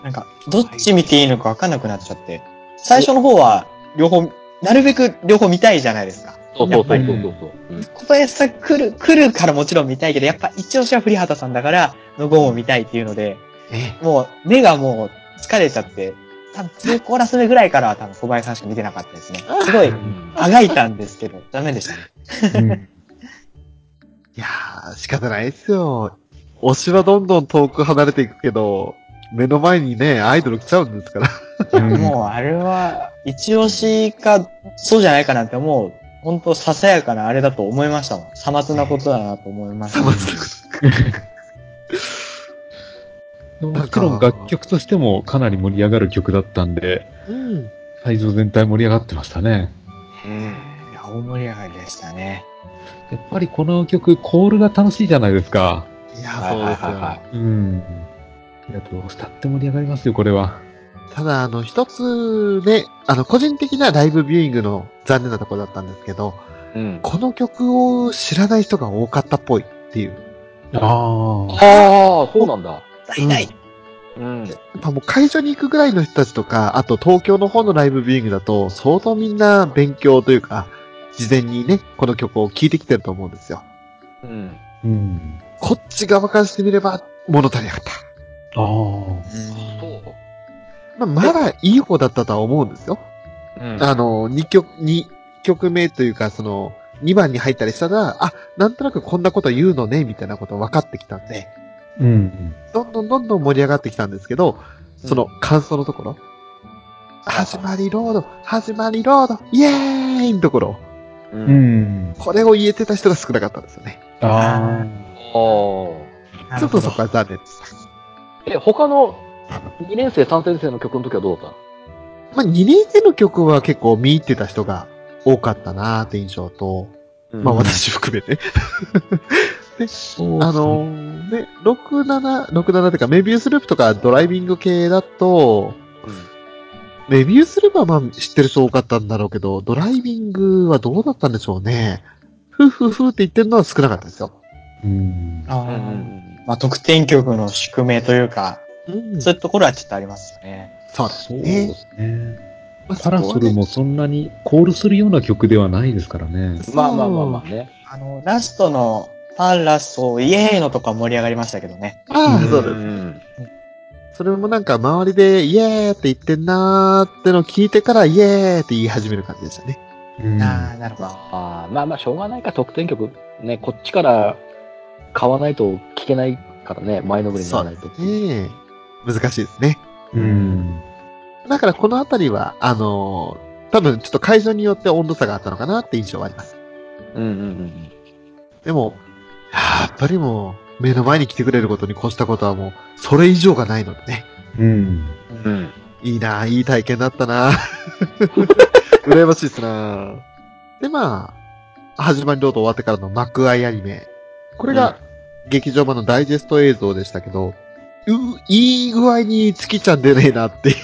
Speaker 4: た。なんか、どっち見ていいのかわかんなくなっちゃって。最初の方は、両方、なるべく両方見たいじゃないですか。
Speaker 3: そうそうそうそうそう。うん
Speaker 4: 小林さん来る、来るからもちろん見たいけど、やっぱ一押しは古畑さんだから、のゴンを見たいっていうので、
Speaker 2: ーね
Speaker 4: もう目がもう疲れちゃって、多分2コーラス目ぐらいからは多分小林さんしか見てなかったですね。すごい、あがいたんですけど、ダメでしたね。
Speaker 7: うん
Speaker 2: いやー、仕方ないですよ。推しはどんどん遠く離れていくけど、目の前にね、アイドル来ちゃうんですから。
Speaker 4: もうあれは、一押しか、そうじゃないかなって思う、本当ささやかなあれだと思いましたもん。さまつなことだなと思いました。
Speaker 7: もちろん楽曲としてもかなり盛り上がる曲だったんで、
Speaker 2: うん。
Speaker 7: 会場全体盛り上がってましたね。
Speaker 4: いや大盛り上がりでしたね。
Speaker 7: やっぱりこの曲、コールが楽しいじゃないですか。
Speaker 2: いや
Speaker 3: はい
Speaker 2: そう
Speaker 3: は
Speaker 2: で
Speaker 3: い
Speaker 2: すよ。
Speaker 3: はいはい。
Speaker 7: うん。いや、どうしたって盛り上がりますよ、これは。
Speaker 2: ただ、あの、一つね、あの、個人的なライブビューイングの残念なところだったんですけど、
Speaker 3: うん。
Speaker 2: この曲を知らない人が多かったっぽいっていう。
Speaker 7: あ
Speaker 3: あ
Speaker 7: あ。
Speaker 3: あ、そうなんだ。
Speaker 4: 大体、
Speaker 3: うん。
Speaker 2: やっぱもう会場に行くぐらいの人たちとか、あと東京の方のライブビューイングだと、相当みんな勉強というか、事前にね、この曲を聴いてきてると思うんですよ。
Speaker 3: うん。
Speaker 7: うん。
Speaker 2: こっち側からしてみれば、物足りなかった。
Speaker 7: ああ。
Speaker 3: そう。
Speaker 2: まあ、まだいい方だったとは思うんですよ。
Speaker 3: うん
Speaker 2: あの、2曲、二曲目というか、その、2番に入ったりしたら、あ、なんとなくこんなこと言うのね、みたいなこと分かってきたんで、
Speaker 7: うん。
Speaker 2: どんどんどんどん盛り上がってきたんですけど、その感想のところ、始まりロード、始まりロード、イエーイのところ、
Speaker 7: うん。
Speaker 2: これを言えてた人が少なかったんですよね。
Speaker 7: あ
Speaker 3: おー
Speaker 4: な
Speaker 2: ちょ
Speaker 4: る
Speaker 2: っと
Speaker 4: ほ
Speaker 2: そ
Speaker 4: ど
Speaker 2: こは残念でした。
Speaker 3: え、他の2年生、3年生の曲の時はどうだっ
Speaker 2: まあ、2年生の曲は結構見入ってた人が多かったなーって印象と、
Speaker 3: た
Speaker 2: まあ私含めて。
Speaker 7: そう
Speaker 2: あのーね、67、67っていうか、メビウスループとかドライビング系だと、メビウスループはまあ知ってる人多かったんだろうけど、ドライビングはどうだったんでしょうね。ふうふうふうって言ってるのは少なかったですよ。
Speaker 7: うん。
Speaker 4: あ
Speaker 3: うんうんう
Speaker 4: ー
Speaker 3: ん
Speaker 4: まあ、得点曲の宿命というか、
Speaker 2: うん
Speaker 4: そ
Speaker 2: そう
Speaker 4: いうところはちょっとありますよね。
Speaker 2: うですね。
Speaker 7: ね。
Speaker 2: まあ
Speaker 7: パラソル。もそんなにコールするような曲ではないですからね。
Speaker 2: そこはね
Speaker 3: まあまあまあまあ。ね。
Speaker 4: あの、ラストのパラソイエーイのとこは盛り上がりましたけどね。
Speaker 2: ああ、そうです。
Speaker 3: ん
Speaker 2: それもなんか周りでイエーって言ってんなーってのを聞いてからイエーって言い始める感じでしたね。
Speaker 7: うん
Speaker 4: ああ、なるほど。
Speaker 3: あーまあまあ、しょうがないか、得点曲。ね、こっちから買わないと聞けないからね、前のめりにならないと。
Speaker 2: ねえ。難しいですね。
Speaker 7: うん。
Speaker 2: だからこのあたりは、あのー多分ちょっと会場によって温度差があったのかなって印象はあります。
Speaker 3: うんうんうん
Speaker 2: でも、やっぱりもう、目の前に来てくれることに越したことはもう、それ以上がないのでね。
Speaker 7: うん。
Speaker 3: うん。
Speaker 2: いいなぁ、いい体験だったなぁ。 羨ましいっすなぁ。で、まあ、始まりロード終わってからの幕開アニメ。これが、劇場版のダイジェスト映像でしたけど、ういい具合に月ちゃん出ねえなっていう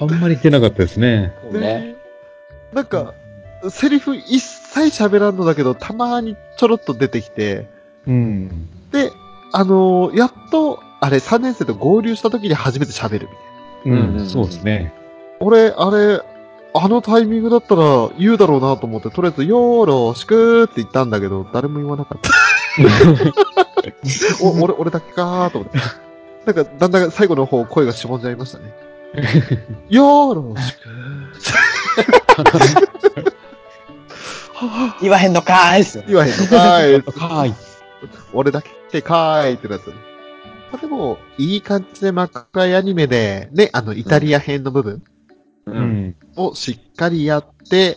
Speaker 7: あんまり出なかったですね。
Speaker 3: そうね。
Speaker 2: なんか、セリフ一切喋らんのだけど、たまにちょろっと出てきて、
Speaker 7: うん。
Speaker 2: で、あのーやっと、あれ、3年生と合流した時に初めて喋るみたいな。
Speaker 7: う
Speaker 3: うんうん
Speaker 7: ん。そうですね。
Speaker 2: 俺、あれ、あのタイミングだったら言うだろうなと思って、とりあえず、よーろしくーって言ったんだけど、誰も言わなかった。お俺、俺だけかーと思って。なんか、だんだん最後の方、声がしぼんじゃいましたね。よーろしくー。はぁ
Speaker 4: 言わへんのかーいですよね。
Speaker 2: 言わへんのかーい。
Speaker 7: はーい。
Speaker 2: 俺だけかーいってなってる。まあでも、いい感じで幕開アニメで、ね、あの、イタリア編の部分
Speaker 3: う
Speaker 7: う。ん。
Speaker 2: をしっかりやって、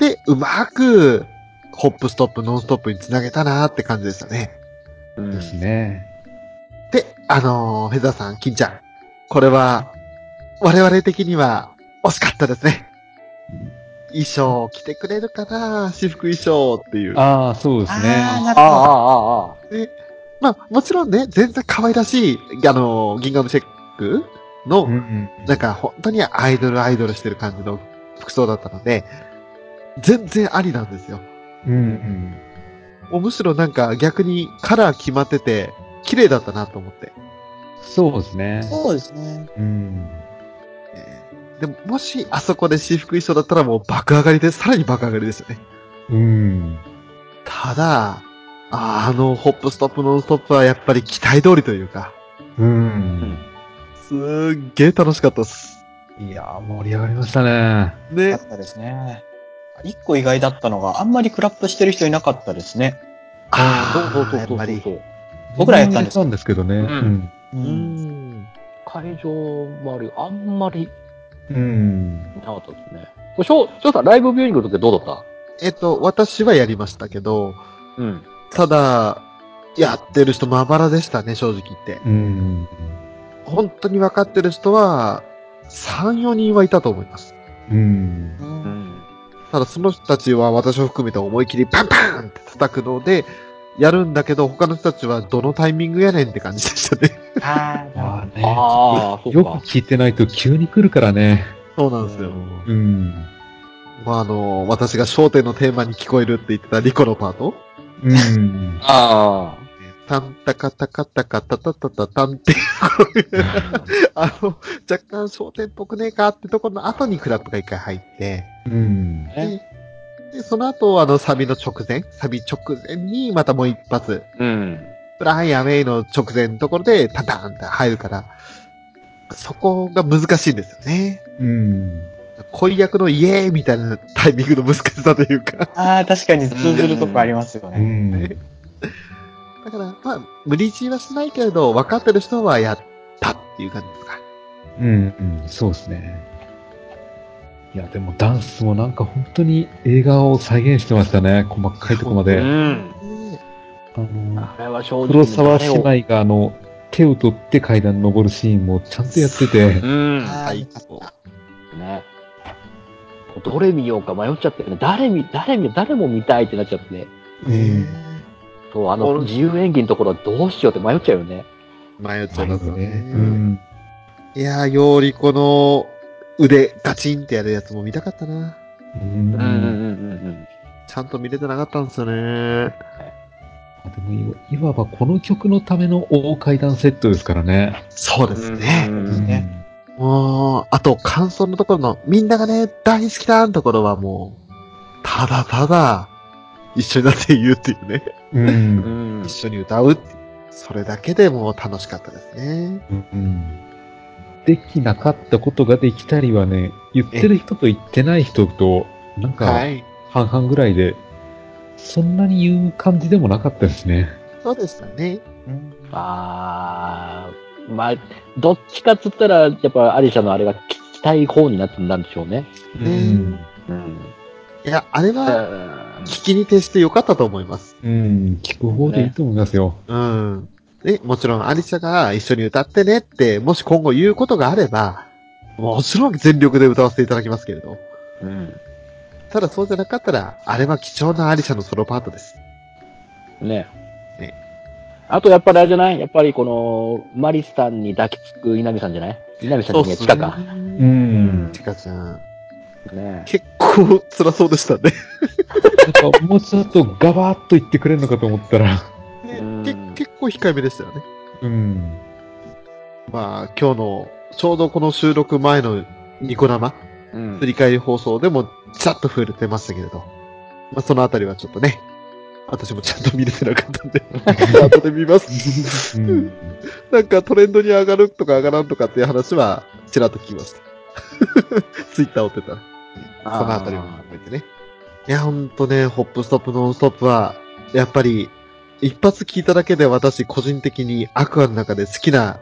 Speaker 2: で、うまく、ホップストップ、ノンストップにつなげたなーって感じでしたね。
Speaker 3: うん
Speaker 7: ですね。
Speaker 2: で、あのー、フェザーさん、金ちゃん。これは、我々的には惜しかったですね。衣装着てくれるかな私服衣装っていう。
Speaker 7: ああ、そうです
Speaker 4: ああ、
Speaker 7: ね。
Speaker 4: な
Speaker 3: ああ、ああ、
Speaker 4: る
Speaker 3: ああ。
Speaker 2: まあ、もちろんね、全然可愛らしい、あのー、ギンガムチェックの、
Speaker 7: うん
Speaker 2: なんか本当にアイドルアイドルしてる感じの服装だったので、全然ありなんですよ。
Speaker 7: うんうん。
Speaker 2: もうむしろなんか逆にカラー決まってて、綺麗だったなと思って。
Speaker 7: そうですね。
Speaker 4: ほど。そうですね。
Speaker 7: うん。
Speaker 2: えーでも、もしあそこで私服衣装だったらもう爆上がりで、さらに爆上がりですよね。
Speaker 7: うん。
Speaker 2: ただ、あの、ホップストップノンストップはやっぱり期待通りというか、
Speaker 7: うん。
Speaker 2: すーっげー楽しかったっす。
Speaker 7: いやー、盛り上がりましたね。
Speaker 4: よ
Speaker 2: ね
Speaker 4: か。ったですね。一個意外だったのが、あんまりクラップしてる人いなかったですね。
Speaker 2: あ
Speaker 3: そう
Speaker 2: ー
Speaker 3: そう
Speaker 2: や
Speaker 3: そう
Speaker 2: っぱり
Speaker 3: そうそう。
Speaker 4: 僕らやったんです
Speaker 7: たんですけどね。
Speaker 3: ん
Speaker 4: う。
Speaker 2: うんん。
Speaker 3: 会場もあるあんまり
Speaker 7: うん。うん。
Speaker 3: なかったですね。これ翔翔さん、ライブビューイングの時どうだっ
Speaker 2: えっと、私はやりましたけど、
Speaker 3: たうん。
Speaker 2: ただ、やってる人まばらでしたね、正直言って。
Speaker 7: うん。
Speaker 2: 本当に分かってる人は、3、4人はいたと思います。
Speaker 7: うん。
Speaker 3: うん。
Speaker 2: ただその人たちは私を含めて思い切りパンパンって叩くので、やるんだけど、他の人たちはどのタイミングやねんって感じでしたね。
Speaker 4: ああ、
Speaker 7: ああね。
Speaker 3: ああ、そう
Speaker 7: よく
Speaker 3: か。
Speaker 7: 聞いてないと急に来るからね。
Speaker 2: そうなんですよ。
Speaker 7: うん。
Speaker 2: まあ、あの、私が焦点のテーマに聞こえるって言ってたリコのパート。
Speaker 7: うん。
Speaker 3: あ
Speaker 2: タンタカタカタカタタタタタンっていう、あの、若干焦点っぽくねえかってところの後にクラップが一回入って、
Speaker 7: うん。
Speaker 2: で、でその後、あの、サビの直前、サビ直前にまたもう一発、
Speaker 3: あ。うん。
Speaker 2: ブライアン・ウェイの直前のところで、タタンって入るから、そこが難しいんですよね。
Speaker 7: うん。
Speaker 2: 恋役のイエーイみたいなタイミングの難しさというか。
Speaker 4: ああ、確かに通ずるとこありますよ
Speaker 7: う
Speaker 4: ね。
Speaker 7: ん。
Speaker 2: だから、まあ、無理強いはしないけれど、分かってる人はやったっていう感じですか。
Speaker 7: うん、うん、そうですね。いや、でもダンスもなんか本当に映画を再現してましたね。細かいとこま
Speaker 3: う
Speaker 7: で。
Speaker 3: ん。
Speaker 2: ね
Speaker 7: あの、
Speaker 3: あれは正直
Speaker 7: 黒沢姉妹があの、手を取って階段登るシーンもちゃんとやってて。
Speaker 3: うん。
Speaker 4: あ
Speaker 2: はい
Speaker 4: ー。
Speaker 3: ね。どれ見ようか迷っちゃってね。誰見、誰見、誰も見たいってなっちゃってね。
Speaker 7: うん
Speaker 3: そう、あの、自由演技のところはどうしようって迷っちゃうよね。
Speaker 2: 迷っちゃいますよね。
Speaker 7: うん。
Speaker 2: いやー、よりこの腕ガチンってやるやつも見たかったな。
Speaker 7: うん
Speaker 3: うんうんうん
Speaker 2: ちゃんと見れてなかったんですよね。
Speaker 7: でもいいわばこの曲のための大階段セットですからね。
Speaker 2: そうですね。
Speaker 3: うん。
Speaker 4: ね
Speaker 2: もう、あと感想のところの、みんながね、大好きだのところはもう、ただただ、一緒になって言うっていうね。
Speaker 7: うん。うん
Speaker 3: ん
Speaker 2: 一緒に歌うっていう。それだけでもう楽しかったですね。
Speaker 7: うんできなかったことができたりはね、言ってる人と言ってない人と、なんか
Speaker 2: い。
Speaker 7: 半々ぐらいで、そんなに言う感じでもなかったですね。
Speaker 2: そうですよね。
Speaker 4: うん
Speaker 3: あー、まあ、どっちかっつったら、やっぱアリシャのあれが聞きたい方になってんだんでしょうね。
Speaker 2: ね
Speaker 3: うん。
Speaker 2: いや、あれは、
Speaker 3: あ
Speaker 2: 聞きに徹してよかったと思います。
Speaker 7: うん、聞く方でいいと思いますよ。
Speaker 2: うん。で、もちろん、アリシャが一緒に歌ってねって、もし今後言うことがあれば、もちろん全力で歌わせていただきますけれど。
Speaker 3: うん。
Speaker 2: ただそうじゃなかったら、あれは貴重なアリシャのソロパートです。
Speaker 3: ね。
Speaker 2: ね
Speaker 3: あとやっぱりあれじゃないやっぱりこの、マリスさんに抱きつく稲見さんじゃない稲見さんにね、近か。
Speaker 7: う
Speaker 2: ね。
Speaker 7: ん。
Speaker 2: チカちゃん。
Speaker 3: ね。
Speaker 2: 結構辛そうでしたね。
Speaker 7: なんかもうちょっとガバーっと言ってくれるのかと思ったら、
Speaker 3: うん
Speaker 2: け結構控えめでしたよね。
Speaker 7: うん。
Speaker 2: まあ、今日の、ちょうどこの収録前のニコ生、
Speaker 3: うん
Speaker 2: 振り返り放送でも、ちゃっと触れてましたけれど。まあ、そのあたりはちょっとね、私もちゃんと見れてなかったんで、後で見ます。
Speaker 7: うん
Speaker 2: なんかトレンドに上がるとか上がらんとかっていう話は、ちらっと聞きました。 ツイッターを追ってたら。そのあたりも考えてね。いや、ほんとね、ホップストップノンストップは、やっぱり、一発聞いただけで私個人的にアクアの中で好きな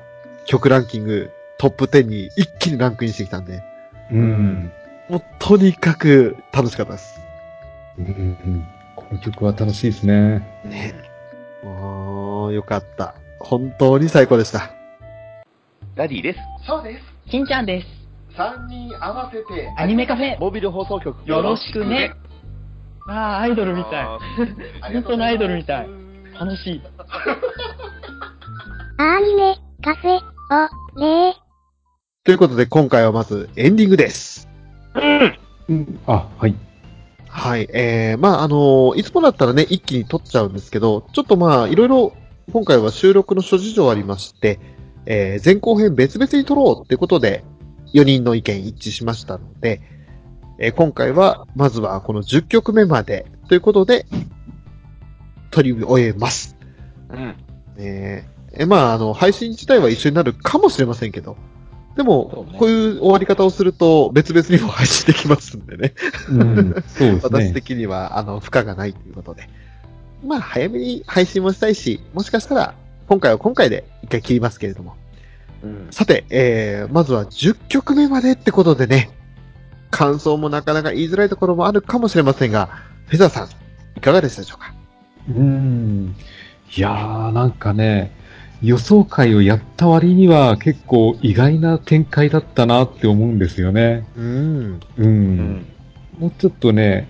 Speaker 2: 曲ランキングトップ10に一気にランクインしてきたんで、
Speaker 7: うん。
Speaker 2: もうとにかく楽しかったです。
Speaker 7: うんこの曲は楽しいですね。
Speaker 2: ね。もう、よかった。本当に最高でした。
Speaker 8: ダディです。
Speaker 6: そうです。
Speaker 9: しんちゃんです。
Speaker 6: 3人合わせて、
Speaker 9: アニメカフェ、
Speaker 3: モビル放送局
Speaker 9: よろしくね。ああ、アイドルみたい。本当のアイドルみたい。楽しい。
Speaker 1: アニメ、カフェ、オ、レー。
Speaker 2: ということで今回はまずエンディングです。
Speaker 7: うん。あ、はい。
Speaker 2: はい。えー、まあ、あのーいつもだったらね、一気に撮っちゃうんですけど、ちょっとまあ、いろいろ、今回は収録の諸事情ありまして、えー、前後編別々に撮ろうってことで、4人の意見一致しましたので、えー今回は、まずはこの10曲目まで、ということで、撮り終えます。
Speaker 3: うん。
Speaker 2: えー、えまあ、あの、配信自体は一緒になるかもしれませんけど、で
Speaker 3: そう
Speaker 2: も、
Speaker 3: ね
Speaker 2: こういう終わり方をすると、別々にも配信できますんでね。
Speaker 7: うん。そうです
Speaker 2: 私
Speaker 7: ね。
Speaker 2: 的には、あの、負荷がないということで。まあ、早めに配信もしたいし、もしかしたら、今回は今回で一回切りますけれども。
Speaker 3: うん。
Speaker 2: さて、えー、まずは10曲目までってことでね、感想もなかなか言いづらいところもあるかもしれませんが、フェザーさん、いかがでしたでしょうか
Speaker 7: うん。いやー、なんかね、予想会をやった割には結構意外な展開だったなって思うんですよね。
Speaker 2: うーん。
Speaker 7: うん。
Speaker 3: うん。
Speaker 7: もうちょっとね、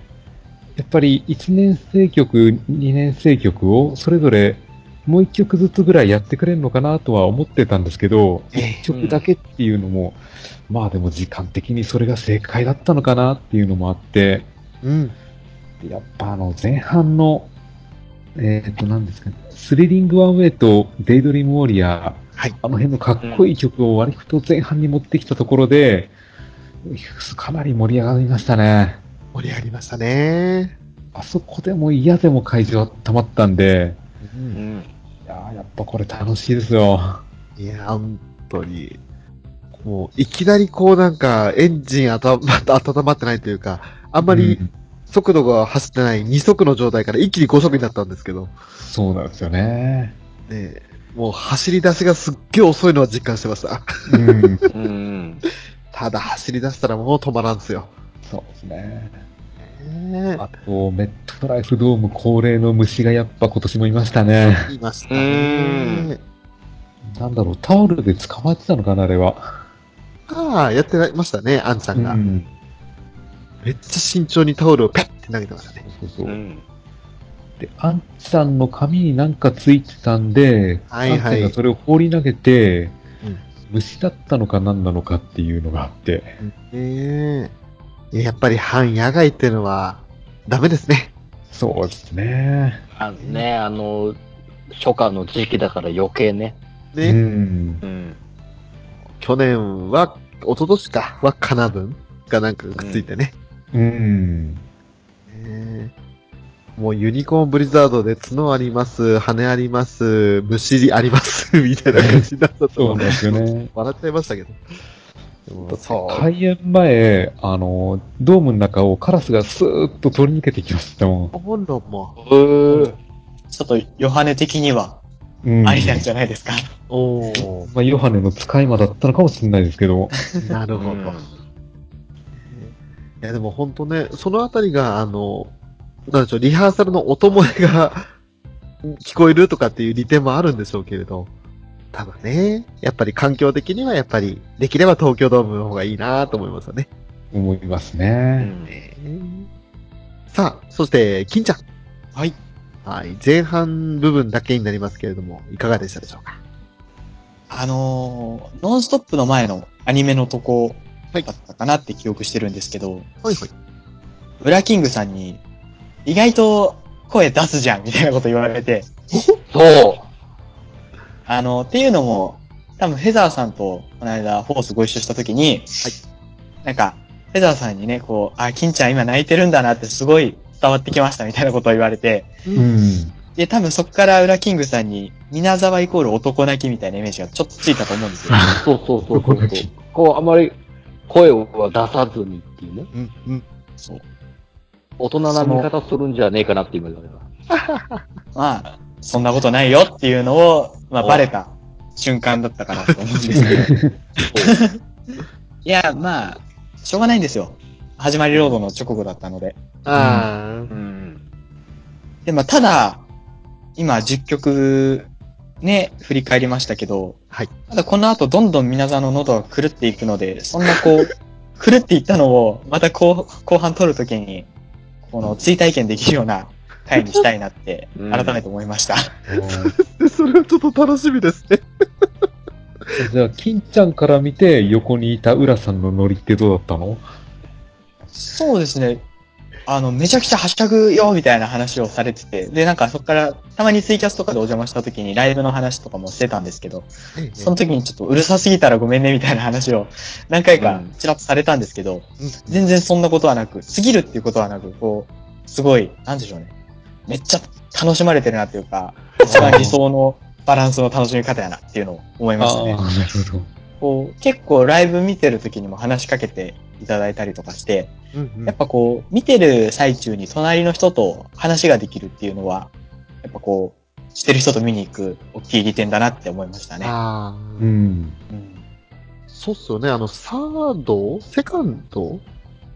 Speaker 7: やっぱり1年生曲、2年生曲をそれぞれもう1曲ずつぐらいやってくれるのかなとは思ってたんですけど、
Speaker 2: え
Speaker 7: 1曲だけっていうのも、まあでも時間的にそれが正解だったのかなっていうのもあって、
Speaker 2: うん。
Speaker 7: でやっぱあの前半の、えっ、と、何ですかね、スリリングワンウェイとデイドリームウォリアー、
Speaker 2: はい
Speaker 7: あの辺のかっこいい曲を割と前半に持ってきたところで、かなり盛り上がりましたね。
Speaker 2: 盛り上がりましたね。
Speaker 7: あそこでも嫌でも会場溜まったんで、
Speaker 2: う。
Speaker 3: うんん。
Speaker 7: いやーやっぱこれ楽しいですよ。
Speaker 2: いや、本当に。もう、いきなりこうなんか、エンジン 温ま温まってないというか、あんまり
Speaker 7: うん
Speaker 2: 速度が走ってない2速の状態から一気に5速になったんですけど、
Speaker 7: そうなんですよね。
Speaker 2: ね、もう走り出しがすっげえ遅いのは実感してました。
Speaker 7: うん。
Speaker 3: うん。
Speaker 2: ただ走り出したらもう止まらんすよ。
Speaker 7: そうですね。
Speaker 2: ね
Speaker 7: あと、メットライフドーム恒例の虫がやっぱ今年もいましたね。
Speaker 2: いました
Speaker 3: う
Speaker 2: ね。
Speaker 7: なんだろう、タオルで捕まえてたのかな、あれは。
Speaker 2: ああ、やってましたね、アンちゃんが。
Speaker 7: うん。
Speaker 2: めっちゃ慎重にタオルをペッて投げてましたね。
Speaker 7: そうそうう。
Speaker 3: ん。
Speaker 7: で、アンさんの髪になんかついてたんで、
Speaker 2: はいはい
Speaker 7: アンちゃんがそれを放り投げて
Speaker 2: うん、
Speaker 7: 虫だったのか何なのかっていうのがあって。
Speaker 2: ねえ。やっぱり半野外っていうのは、ダメですね。
Speaker 7: そうですね。
Speaker 3: あのね、あの、初夏の時期だから余計ね。
Speaker 2: ね、
Speaker 7: うん。
Speaker 3: うん。
Speaker 2: 去年は、一昨年か、はカナブンがなんかくっついてね。
Speaker 7: うん。
Speaker 2: ねえもうユニコーンブリザードで角あります、羽あります、虫あります、 みたいな感じだったと
Speaker 7: そう
Speaker 2: 思
Speaker 7: なん
Speaker 2: う。
Speaker 7: ですよね。
Speaker 2: 笑っちゃいましたけど。でもそう。
Speaker 7: 開演前、あの、ドームの中をカラスがスーッと通り抜けていきましたも
Speaker 2: 本論も。
Speaker 3: う
Speaker 4: ちょっと、ヨハネ的には、
Speaker 7: ん。うん。
Speaker 4: ありなんじゃないですか。
Speaker 2: おお。
Speaker 7: まあ、ヨハネの使い魔だったのかもしれないですけど。
Speaker 2: なるほど。
Speaker 3: うん
Speaker 2: いや、でも本当ね、そのあたりが、あの、なんでしょう、リハーサルの音漏れが聞こえるとかっていう利点もあるんでしょうけれど、ただね、やっぱり環境的にはやっぱり、できれば東京ドームの方がいいなと思いますよね。
Speaker 7: 思いますね。
Speaker 2: さあ、そして、金ちゃん。
Speaker 4: はい。
Speaker 2: はい。前半部分だけになりますけれども、いかがでしたでしょうか
Speaker 4: あのーノンストップの前のアニメのとこ
Speaker 2: は
Speaker 4: だ
Speaker 2: い
Speaker 4: ったかなって記憶してるんですけど、
Speaker 2: はいはい。
Speaker 4: ウラキングさんに、意外と声出すじゃんみたいなこと言われて、
Speaker 3: そう。
Speaker 4: あの、っていうのも、多分フェザーさんとこの間、フォースご一緒した時に、なんか、フェザーさんにね、こう、あ、金ちゃん今泣いてるんだなってすごい伝わってきましたみたいなことを言われて、
Speaker 7: うん。
Speaker 4: で、多分そこからウラキングさんに、皆沢イコール男泣きみたいなイメージがちょっとついたと思うんですよ。
Speaker 3: そうそうそうそう
Speaker 7: ここだ
Speaker 3: そ
Speaker 7: け
Speaker 3: う。こう、あまり声は出さずにっていうね。
Speaker 2: うん、うん。
Speaker 4: そう。
Speaker 3: 大人な見方するんじゃねえかなって今言われた。
Speaker 4: まあ、そんなことないよっていうのを、まあ、バレた瞬間だったかなと思うんですけ ど。 いや、まあ、しょうがないんですよ。始まりロードの直後だったので。
Speaker 2: あ
Speaker 3: うん。
Speaker 4: で、まあ、ただ、今10曲、ね、振り返りましたけど、
Speaker 2: はい
Speaker 4: ただこの後どんどん皆さんの喉が狂っていくので、そんなこう、 狂っていったのを、また後後半撮るときに、この追体験できるような回にしたいなって、
Speaker 3: うん
Speaker 4: 改めて思いました。
Speaker 2: あ。それはちょっと楽しみですね。
Speaker 7: じゃあ、金ちゃんから見て、横にいた浦さんのノリってどうだったの
Speaker 4: そうですね。あの、めちゃくちゃはしゃぐよみたいな話をされてて、で、なんかそこから、たまにツイキャスとかでお邪魔した時にライブの話とかもしてたんですけど、その時にちょっとうるさすぎたらごめんねみたいな話を何回かちらっとされたんですけど、全然そんなことはなく、過ぎるっていうことはなく、こう、すごい、なんでしょうね。めっちゃ楽しまれてるなっていう か、一番理想のバランスの楽しみ方やなっていうのを思いましたね
Speaker 7: あ。ー、なるほど。
Speaker 4: こう結構ライブ見てる時にも話しかけていただいたりとかして、
Speaker 2: うんうん
Speaker 4: やっぱこう、見てる最中に隣の人と話ができるっていうのは、やっぱこう、してる人と見に行く大きい利点だなって思いましたね。
Speaker 2: ああ。
Speaker 7: うん。
Speaker 4: うん
Speaker 2: そうっすよね、あの、サードセカンド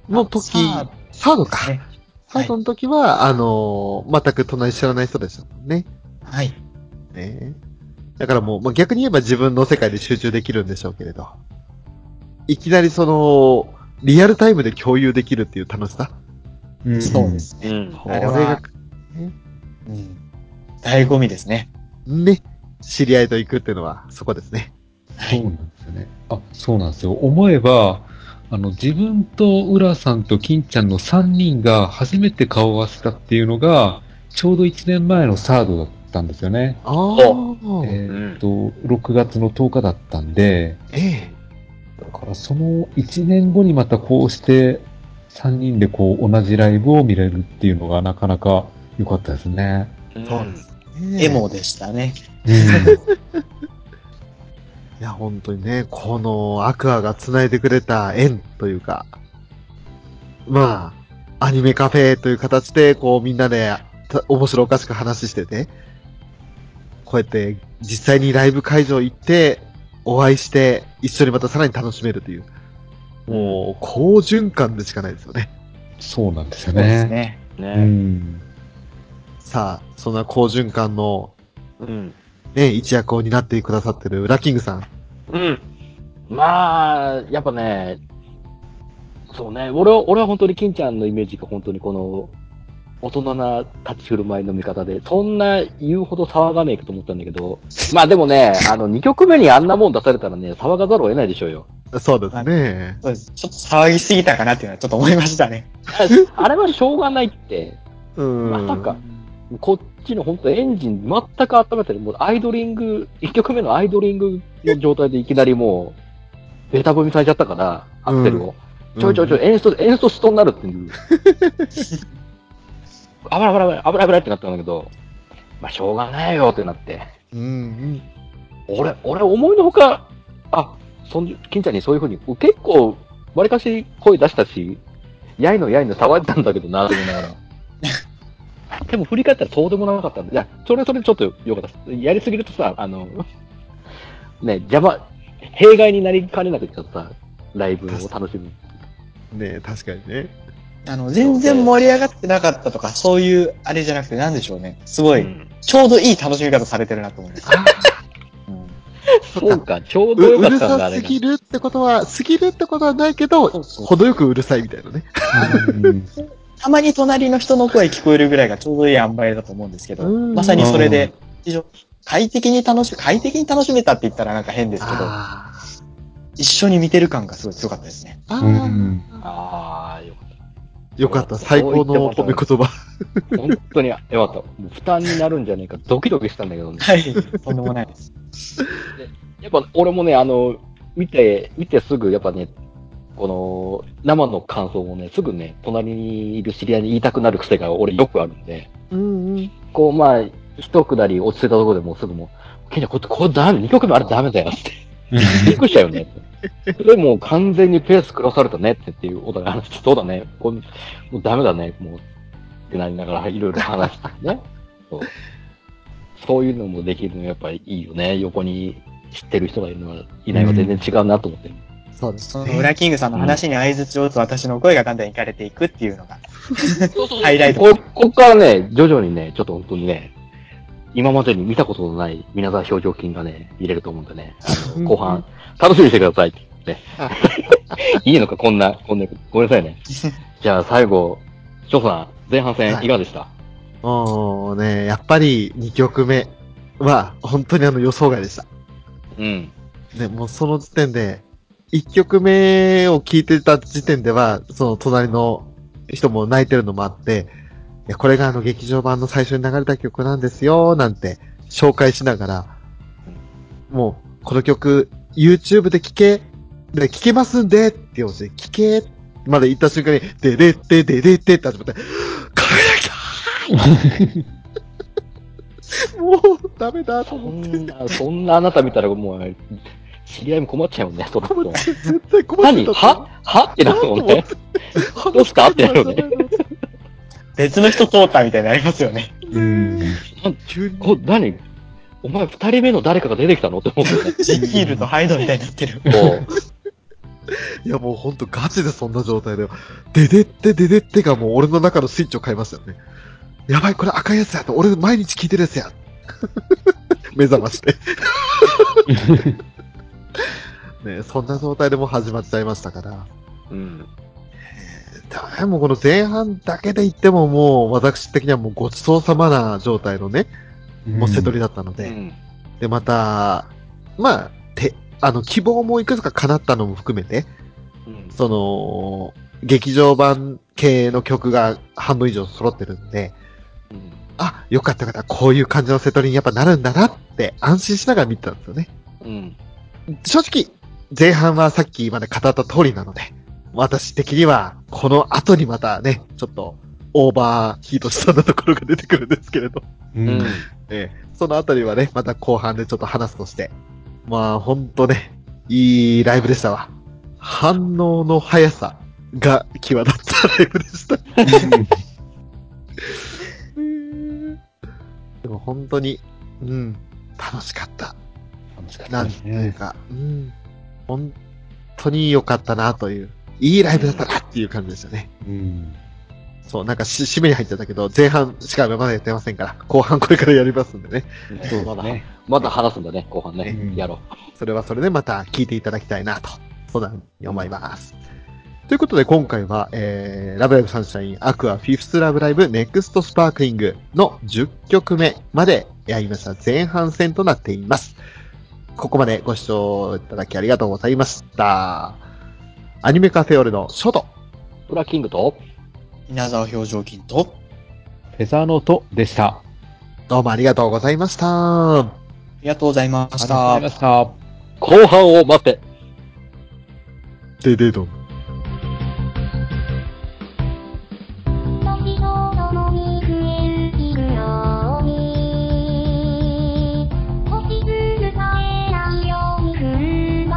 Speaker 2: の時、
Speaker 4: あ
Speaker 2: サー
Speaker 4: サード
Speaker 2: ドか。
Speaker 4: ね
Speaker 2: サードの時は、あのー全く隣知らない人でしたもんね。
Speaker 4: はい。
Speaker 2: ねだからもう、まあ、逆に言えば自分の世界で集中できるんでしょうけれど。いきなりその、リアルタイムで共有できるっていう楽しさ。
Speaker 7: うん
Speaker 4: そうで。す
Speaker 3: う
Speaker 4: ね。
Speaker 3: ん。
Speaker 2: こ
Speaker 4: あれは
Speaker 2: が、
Speaker 4: うん。醍醐味ですね。
Speaker 2: ね、知り合いと行くっていうのは、そこですね。
Speaker 7: そうなんですよね。あ、そうなんですよ。思えば、あの、自分と浦さんと金ちゃんの3人が初めて顔を合わせたっていうのが、ちょうど1年前のサードだったんですよね。
Speaker 2: ああ、
Speaker 7: えーっと、6月の10日だったんで、
Speaker 2: ええ。
Speaker 7: だからその1年後にまたこうして3人でこう同じライブを見れるっていうのがなかなか良かったですね。
Speaker 3: うん
Speaker 2: そうですね
Speaker 4: エモでしたね。
Speaker 2: いや、本当にね、このアクアが繋いでくれた縁というか、まあ、アニメカフェという形で、こうみんなで、た面白おかしく話してて、こうやって実際にライブ会場行って、お会いして、一緒にまたさらに楽しめるという、もう、好循環でしかないですよね。
Speaker 7: そうなんですよ
Speaker 4: そうです
Speaker 7: ね。
Speaker 4: ね。
Speaker 7: う
Speaker 3: ね。
Speaker 7: ん。
Speaker 2: さあ、そんな好循環の、
Speaker 3: うん。
Speaker 2: ね、一役を担ってくださってる裏キングさん。
Speaker 3: うん。まあ、やっぱね、そうね、俺は、俺は本当に金ちゃんのイメージが本当にこの、大人な立ち振る舞いの見方で、そんな言うほど騒がねえかと思ったんだけど、まあでもね、あの、2曲目にあんなもん出されたらね、騒がざるを得ないでしょうよ。
Speaker 2: そうですね。
Speaker 4: そうです。ちょっと騒ぎすぎたかなっていうのはちょっと思いましたね。
Speaker 3: あれはしょうがないって、
Speaker 2: うん。
Speaker 3: まさか、こっちの本当エンジン全く温めてる、もうアイドリング、1曲目のアイドリングの状態でいきなりもう、ベタ踏みされちゃったから、アクセルを。ちょいちょいちょい、演出、演出しとになるって いう。危ない危ない危ない危ないってなったんだけど、まあしょうがないよってなって。
Speaker 2: うん。うん。
Speaker 3: 俺、俺思いのほか、あ、そん、金ちゃんにそういうふうに、結構、わりかし声出したし、やいのやいの騒いでたんだけどな、と思いながら。でも振り返ったらそうでもなかったんだ。いや、それはそれでちょっと良かったです。やりすぎるとさ、あの、ね、邪魔、弊害になりかねなくちゃさ、ライブを楽し
Speaker 2: う
Speaker 3: む。
Speaker 2: んね確かにね。
Speaker 4: あの、全然盛り上がってなかったとか、そういうあれじゃなくてなんでしょうね。すご
Speaker 3: う
Speaker 4: い、
Speaker 3: ん
Speaker 4: ちょうどいい楽しみ方されてるなと思います。うん
Speaker 3: そうか、ちょう
Speaker 2: う
Speaker 3: どよ
Speaker 2: う
Speaker 3: か
Speaker 2: る
Speaker 3: ったんだ、
Speaker 2: さ
Speaker 3: あれ
Speaker 2: す
Speaker 3: が。
Speaker 2: ぎるってことは、すぎるってことはないけど、
Speaker 4: そうそう
Speaker 2: 程よくうるさいみたいなね。
Speaker 7: うん
Speaker 4: たまに隣の人の声聞こえるぐらいがちょうどいい塩梅だと思うんですけど、
Speaker 2: うん
Speaker 4: まさにそれで、非常に快適に楽し、快適に楽しめたって言ったらなんか変ですけど、
Speaker 2: あ
Speaker 4: 一緒に見てる感がすごい強かったですね。
Speaker 2: ーあ
Speaker 7: う
Speaker 2: ー、
Speaker 7: ん
Speaker 3: ああ、よかった。
Speaker 2: よかった。最高の褒め言葉。
Speaker 3: 本当によかった。もう負担になるんじゃねえか、ドキドキしたんだけどね。
Speaker 4: はい。 とんでもないです。
Speaker 3: やっぱ俺もね、あの、見て、見てすぐ、やっぱね、この生の感想をね、すぐね、隣にいる知り合いに言いたくなる癖が俺よくあるんで、
Speaker 2: うんうん。
Speaker 3: こうまあ、一くだり落ちてたところでもうすぐもう、ケンちゃん、これ、これダメ、2曲目あれダメだよって。びっくりしたよね。それもう完全にペース狂されたねってっていうお互い話して、そうだね、こうもうダメだね、もう、ってなりながらいろいろ話してね。そうそういうのもできるのやっぱりいいよね。横に知ってる人がいるのはいないは全然違うなと思って。
Speaker 2: そうです
Speaker 4: その裏キングさんの話に相槌を打つ私の声がだんだんいかれていくっていうのが、ハイライト。
Speaker 3: こここからね、徐々にね、ちょっと本当にね、今までに見たことのない皆さん表情筋がね、見れると思うんでね、あの後半、楽しみにしてください。ね、 いいのか、こんな、こんな、ごめんなさいね。じゃあ最後、翔さん、前半戦
Speaker 2: はい
Speaker 3: いかがでした、
Speaker 2: もうね、やっぱり2曲目は、本当にあの予想外でした。
Speaker 3: うん。
Speaker 2: ね、もうその時点で、1曲目を聞いてた時点では、その隣の人も泣いてるのもあって、いやこれがあの劇場版の最初に流れた曲なんですよ、なんて紹介しながら、もうこの曲 YouTube で聴け、で聴けますんでって言うて、聴けまで言った瞬間に、ででででででって始まって、 輝きだもうダメだと
Speaker 3: そ
Speaker 2: 思って。
Speaker 3: んな、そんなあなた見たらもう、知り合いも困っちゃうよね、その人。
Speaker 2: 絶対困っ
Speaker 3: 何
Speaker 2: てたと思う
Speaker 3: ははってなるもんね。どうしたってなるよね。
Speaker 4: 別の人通ったみたいになりますよね。
Speaker 7: うん
Speaker 2: 急に。
Speaker 3: こ何お前二人目の誰かが出てきたのって思ってね。
Speaker 4: ジキールとハイドみたいになってる。
Speaker 3: こう
Speaker 2: いやもうほんとガチでそんな状態だよ。ででってででってがもう俺の中のスイッチを変えましたよね。やばい、これ赤いやつやと。俺毎日聞いてるやつや。 目覚まして。ねそんな状態でもう始まっちゃいましたから。
Speaker 3: うん。
Speaker 2: だからもうこの前半だけで言ってももう私的にはもうごちそうさまな状態のね、もう瀬戸りだったの
Speaker 3: う
Speaker 2: で。
Speaker 3: ん。
Speaker 2: で、また、まあ、て、あの、希望もいくつか叶ったのも含めて、
Speaker 3: うん
Speaker 2: その、劇場版系の曲が半分以上揃ってるんで、あ、よかったよかった、こういう感じのセトリにやっぱなるんだなって安心しながら見てたんですよね。
Speaker 3: うん。
Speaker 2: 正直、前半はさっきまで語った通りなので、私的には、この後にまたね、ちょっと、オーバーヒートしそうなところが出てくるんですけれど、
Speaker 7: うん
Speaker 3: うん。
Speaker 2: ええそのあたりはね、また後半でちょっと話すとして、まあ、ほんとね、いいライブでしたわ。反応の速さが際立ったライブでした。でも本当に、うん、楽しかった。
Speaker 7: 楽しかっ
Speaker 2: な
Speaker 7: た
Speaker 2: ん
Speaker 7: で
Speaker 2: て
Speaker 7: す
Speaker 2: いう
Speaker 7: ね。
Speaker 2: か、うん、本当に良かったなという、いいライブだったなっていう感じでしたね。
Speaker 7: うん。
Speaker 2: そう、なんかし締めに入っちゃったけど、前半しかまだやってませんから、後半これからやりますんでね。
Speaker 3: そうまだ、まだ話すんだね、後半ね。
Speaker 7: うん
Speaker 3: やろ
Speaker 2: それはそれでまた聞いていただきたいなと、そんなふうに思います。ということで今回は、えー、ラブライブサンシャインアクアフィフスラブライブネクストスパークリングの10曲目までやりました前半戦となっています。ここまでご視聴いただきありがとうございました。アニメカフェオレのショート。
Speaker 3: う。ブラキングと、
Speaker 4: 稲沢表情筋と、
Speaker 7: フェザーノートでした。
Speaker 2: どうもありがとうございました。
Speaker 4: ありがとうございました
Speaker 7: ありがとうございま。した。
Speaker 3: 後半を待って。
Speaker 2: デデドン。
Speaker 1: 時と共に増える色ように星つぶされないように踏ん張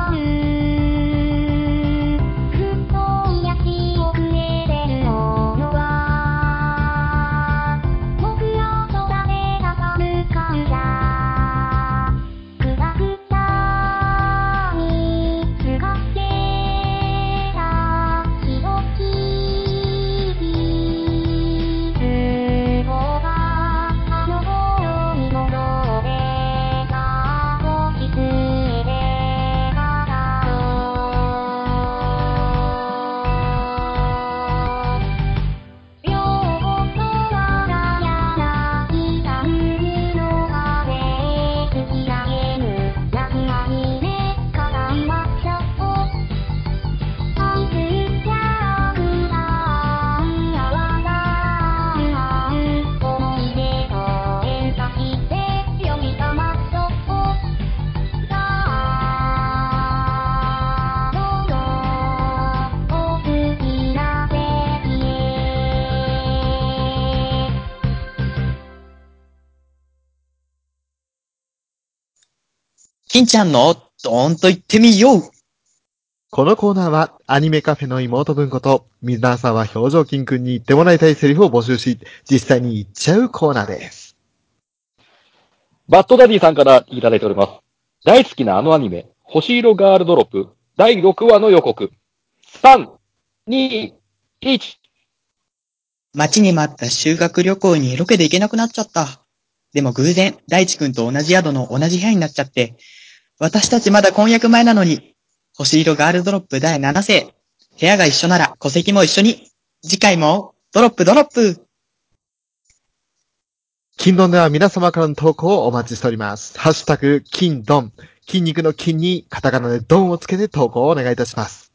Speaker 1: るふっと癒しをくれてるものは僕らと誰がたむ感謝くらくたにすがってたひろきびつぼがあの頃に戻ってた星つえで笑おう「両方は柳さんの風」「突き上げる泣くアニメからまっちゃおう」「愛するキャラクターはさ思い出と演歌して呼び覚ましとおう」「さあどうぞお好きな席へ」
Speaker 4: 金ちゃんの、どーんと言ってみよう
Speaker 2: このコーナーはアニメカフェの妹分こと水沢表情筋くんに言ってもらいたいセリフを募集し、実際に言っちゃうコーナーです。
Speaker 3: バッドダディさんからいただいております。大好きなあのアニメ、星色ガールドロップ、第6話の予告。3、2、1。
Speaker 4: 待ちに待った修学旅行にロケで行けなくなっちゃった。でも偶然、大地くんと同じ宿の同じ部屋になっちゃって、私たちまだ婚約前なのに、星色ガールドロップ第7世、部屋が一緒なら戸籍も一緒に、次回も、ドロップドロップ
Speaker 2: 金ドンでは皆様からの投稿をお待ちしております。ハッシュタグ、金ドン。筋肉の筋にカタカナでドンをつけて投稿をお願いいたします。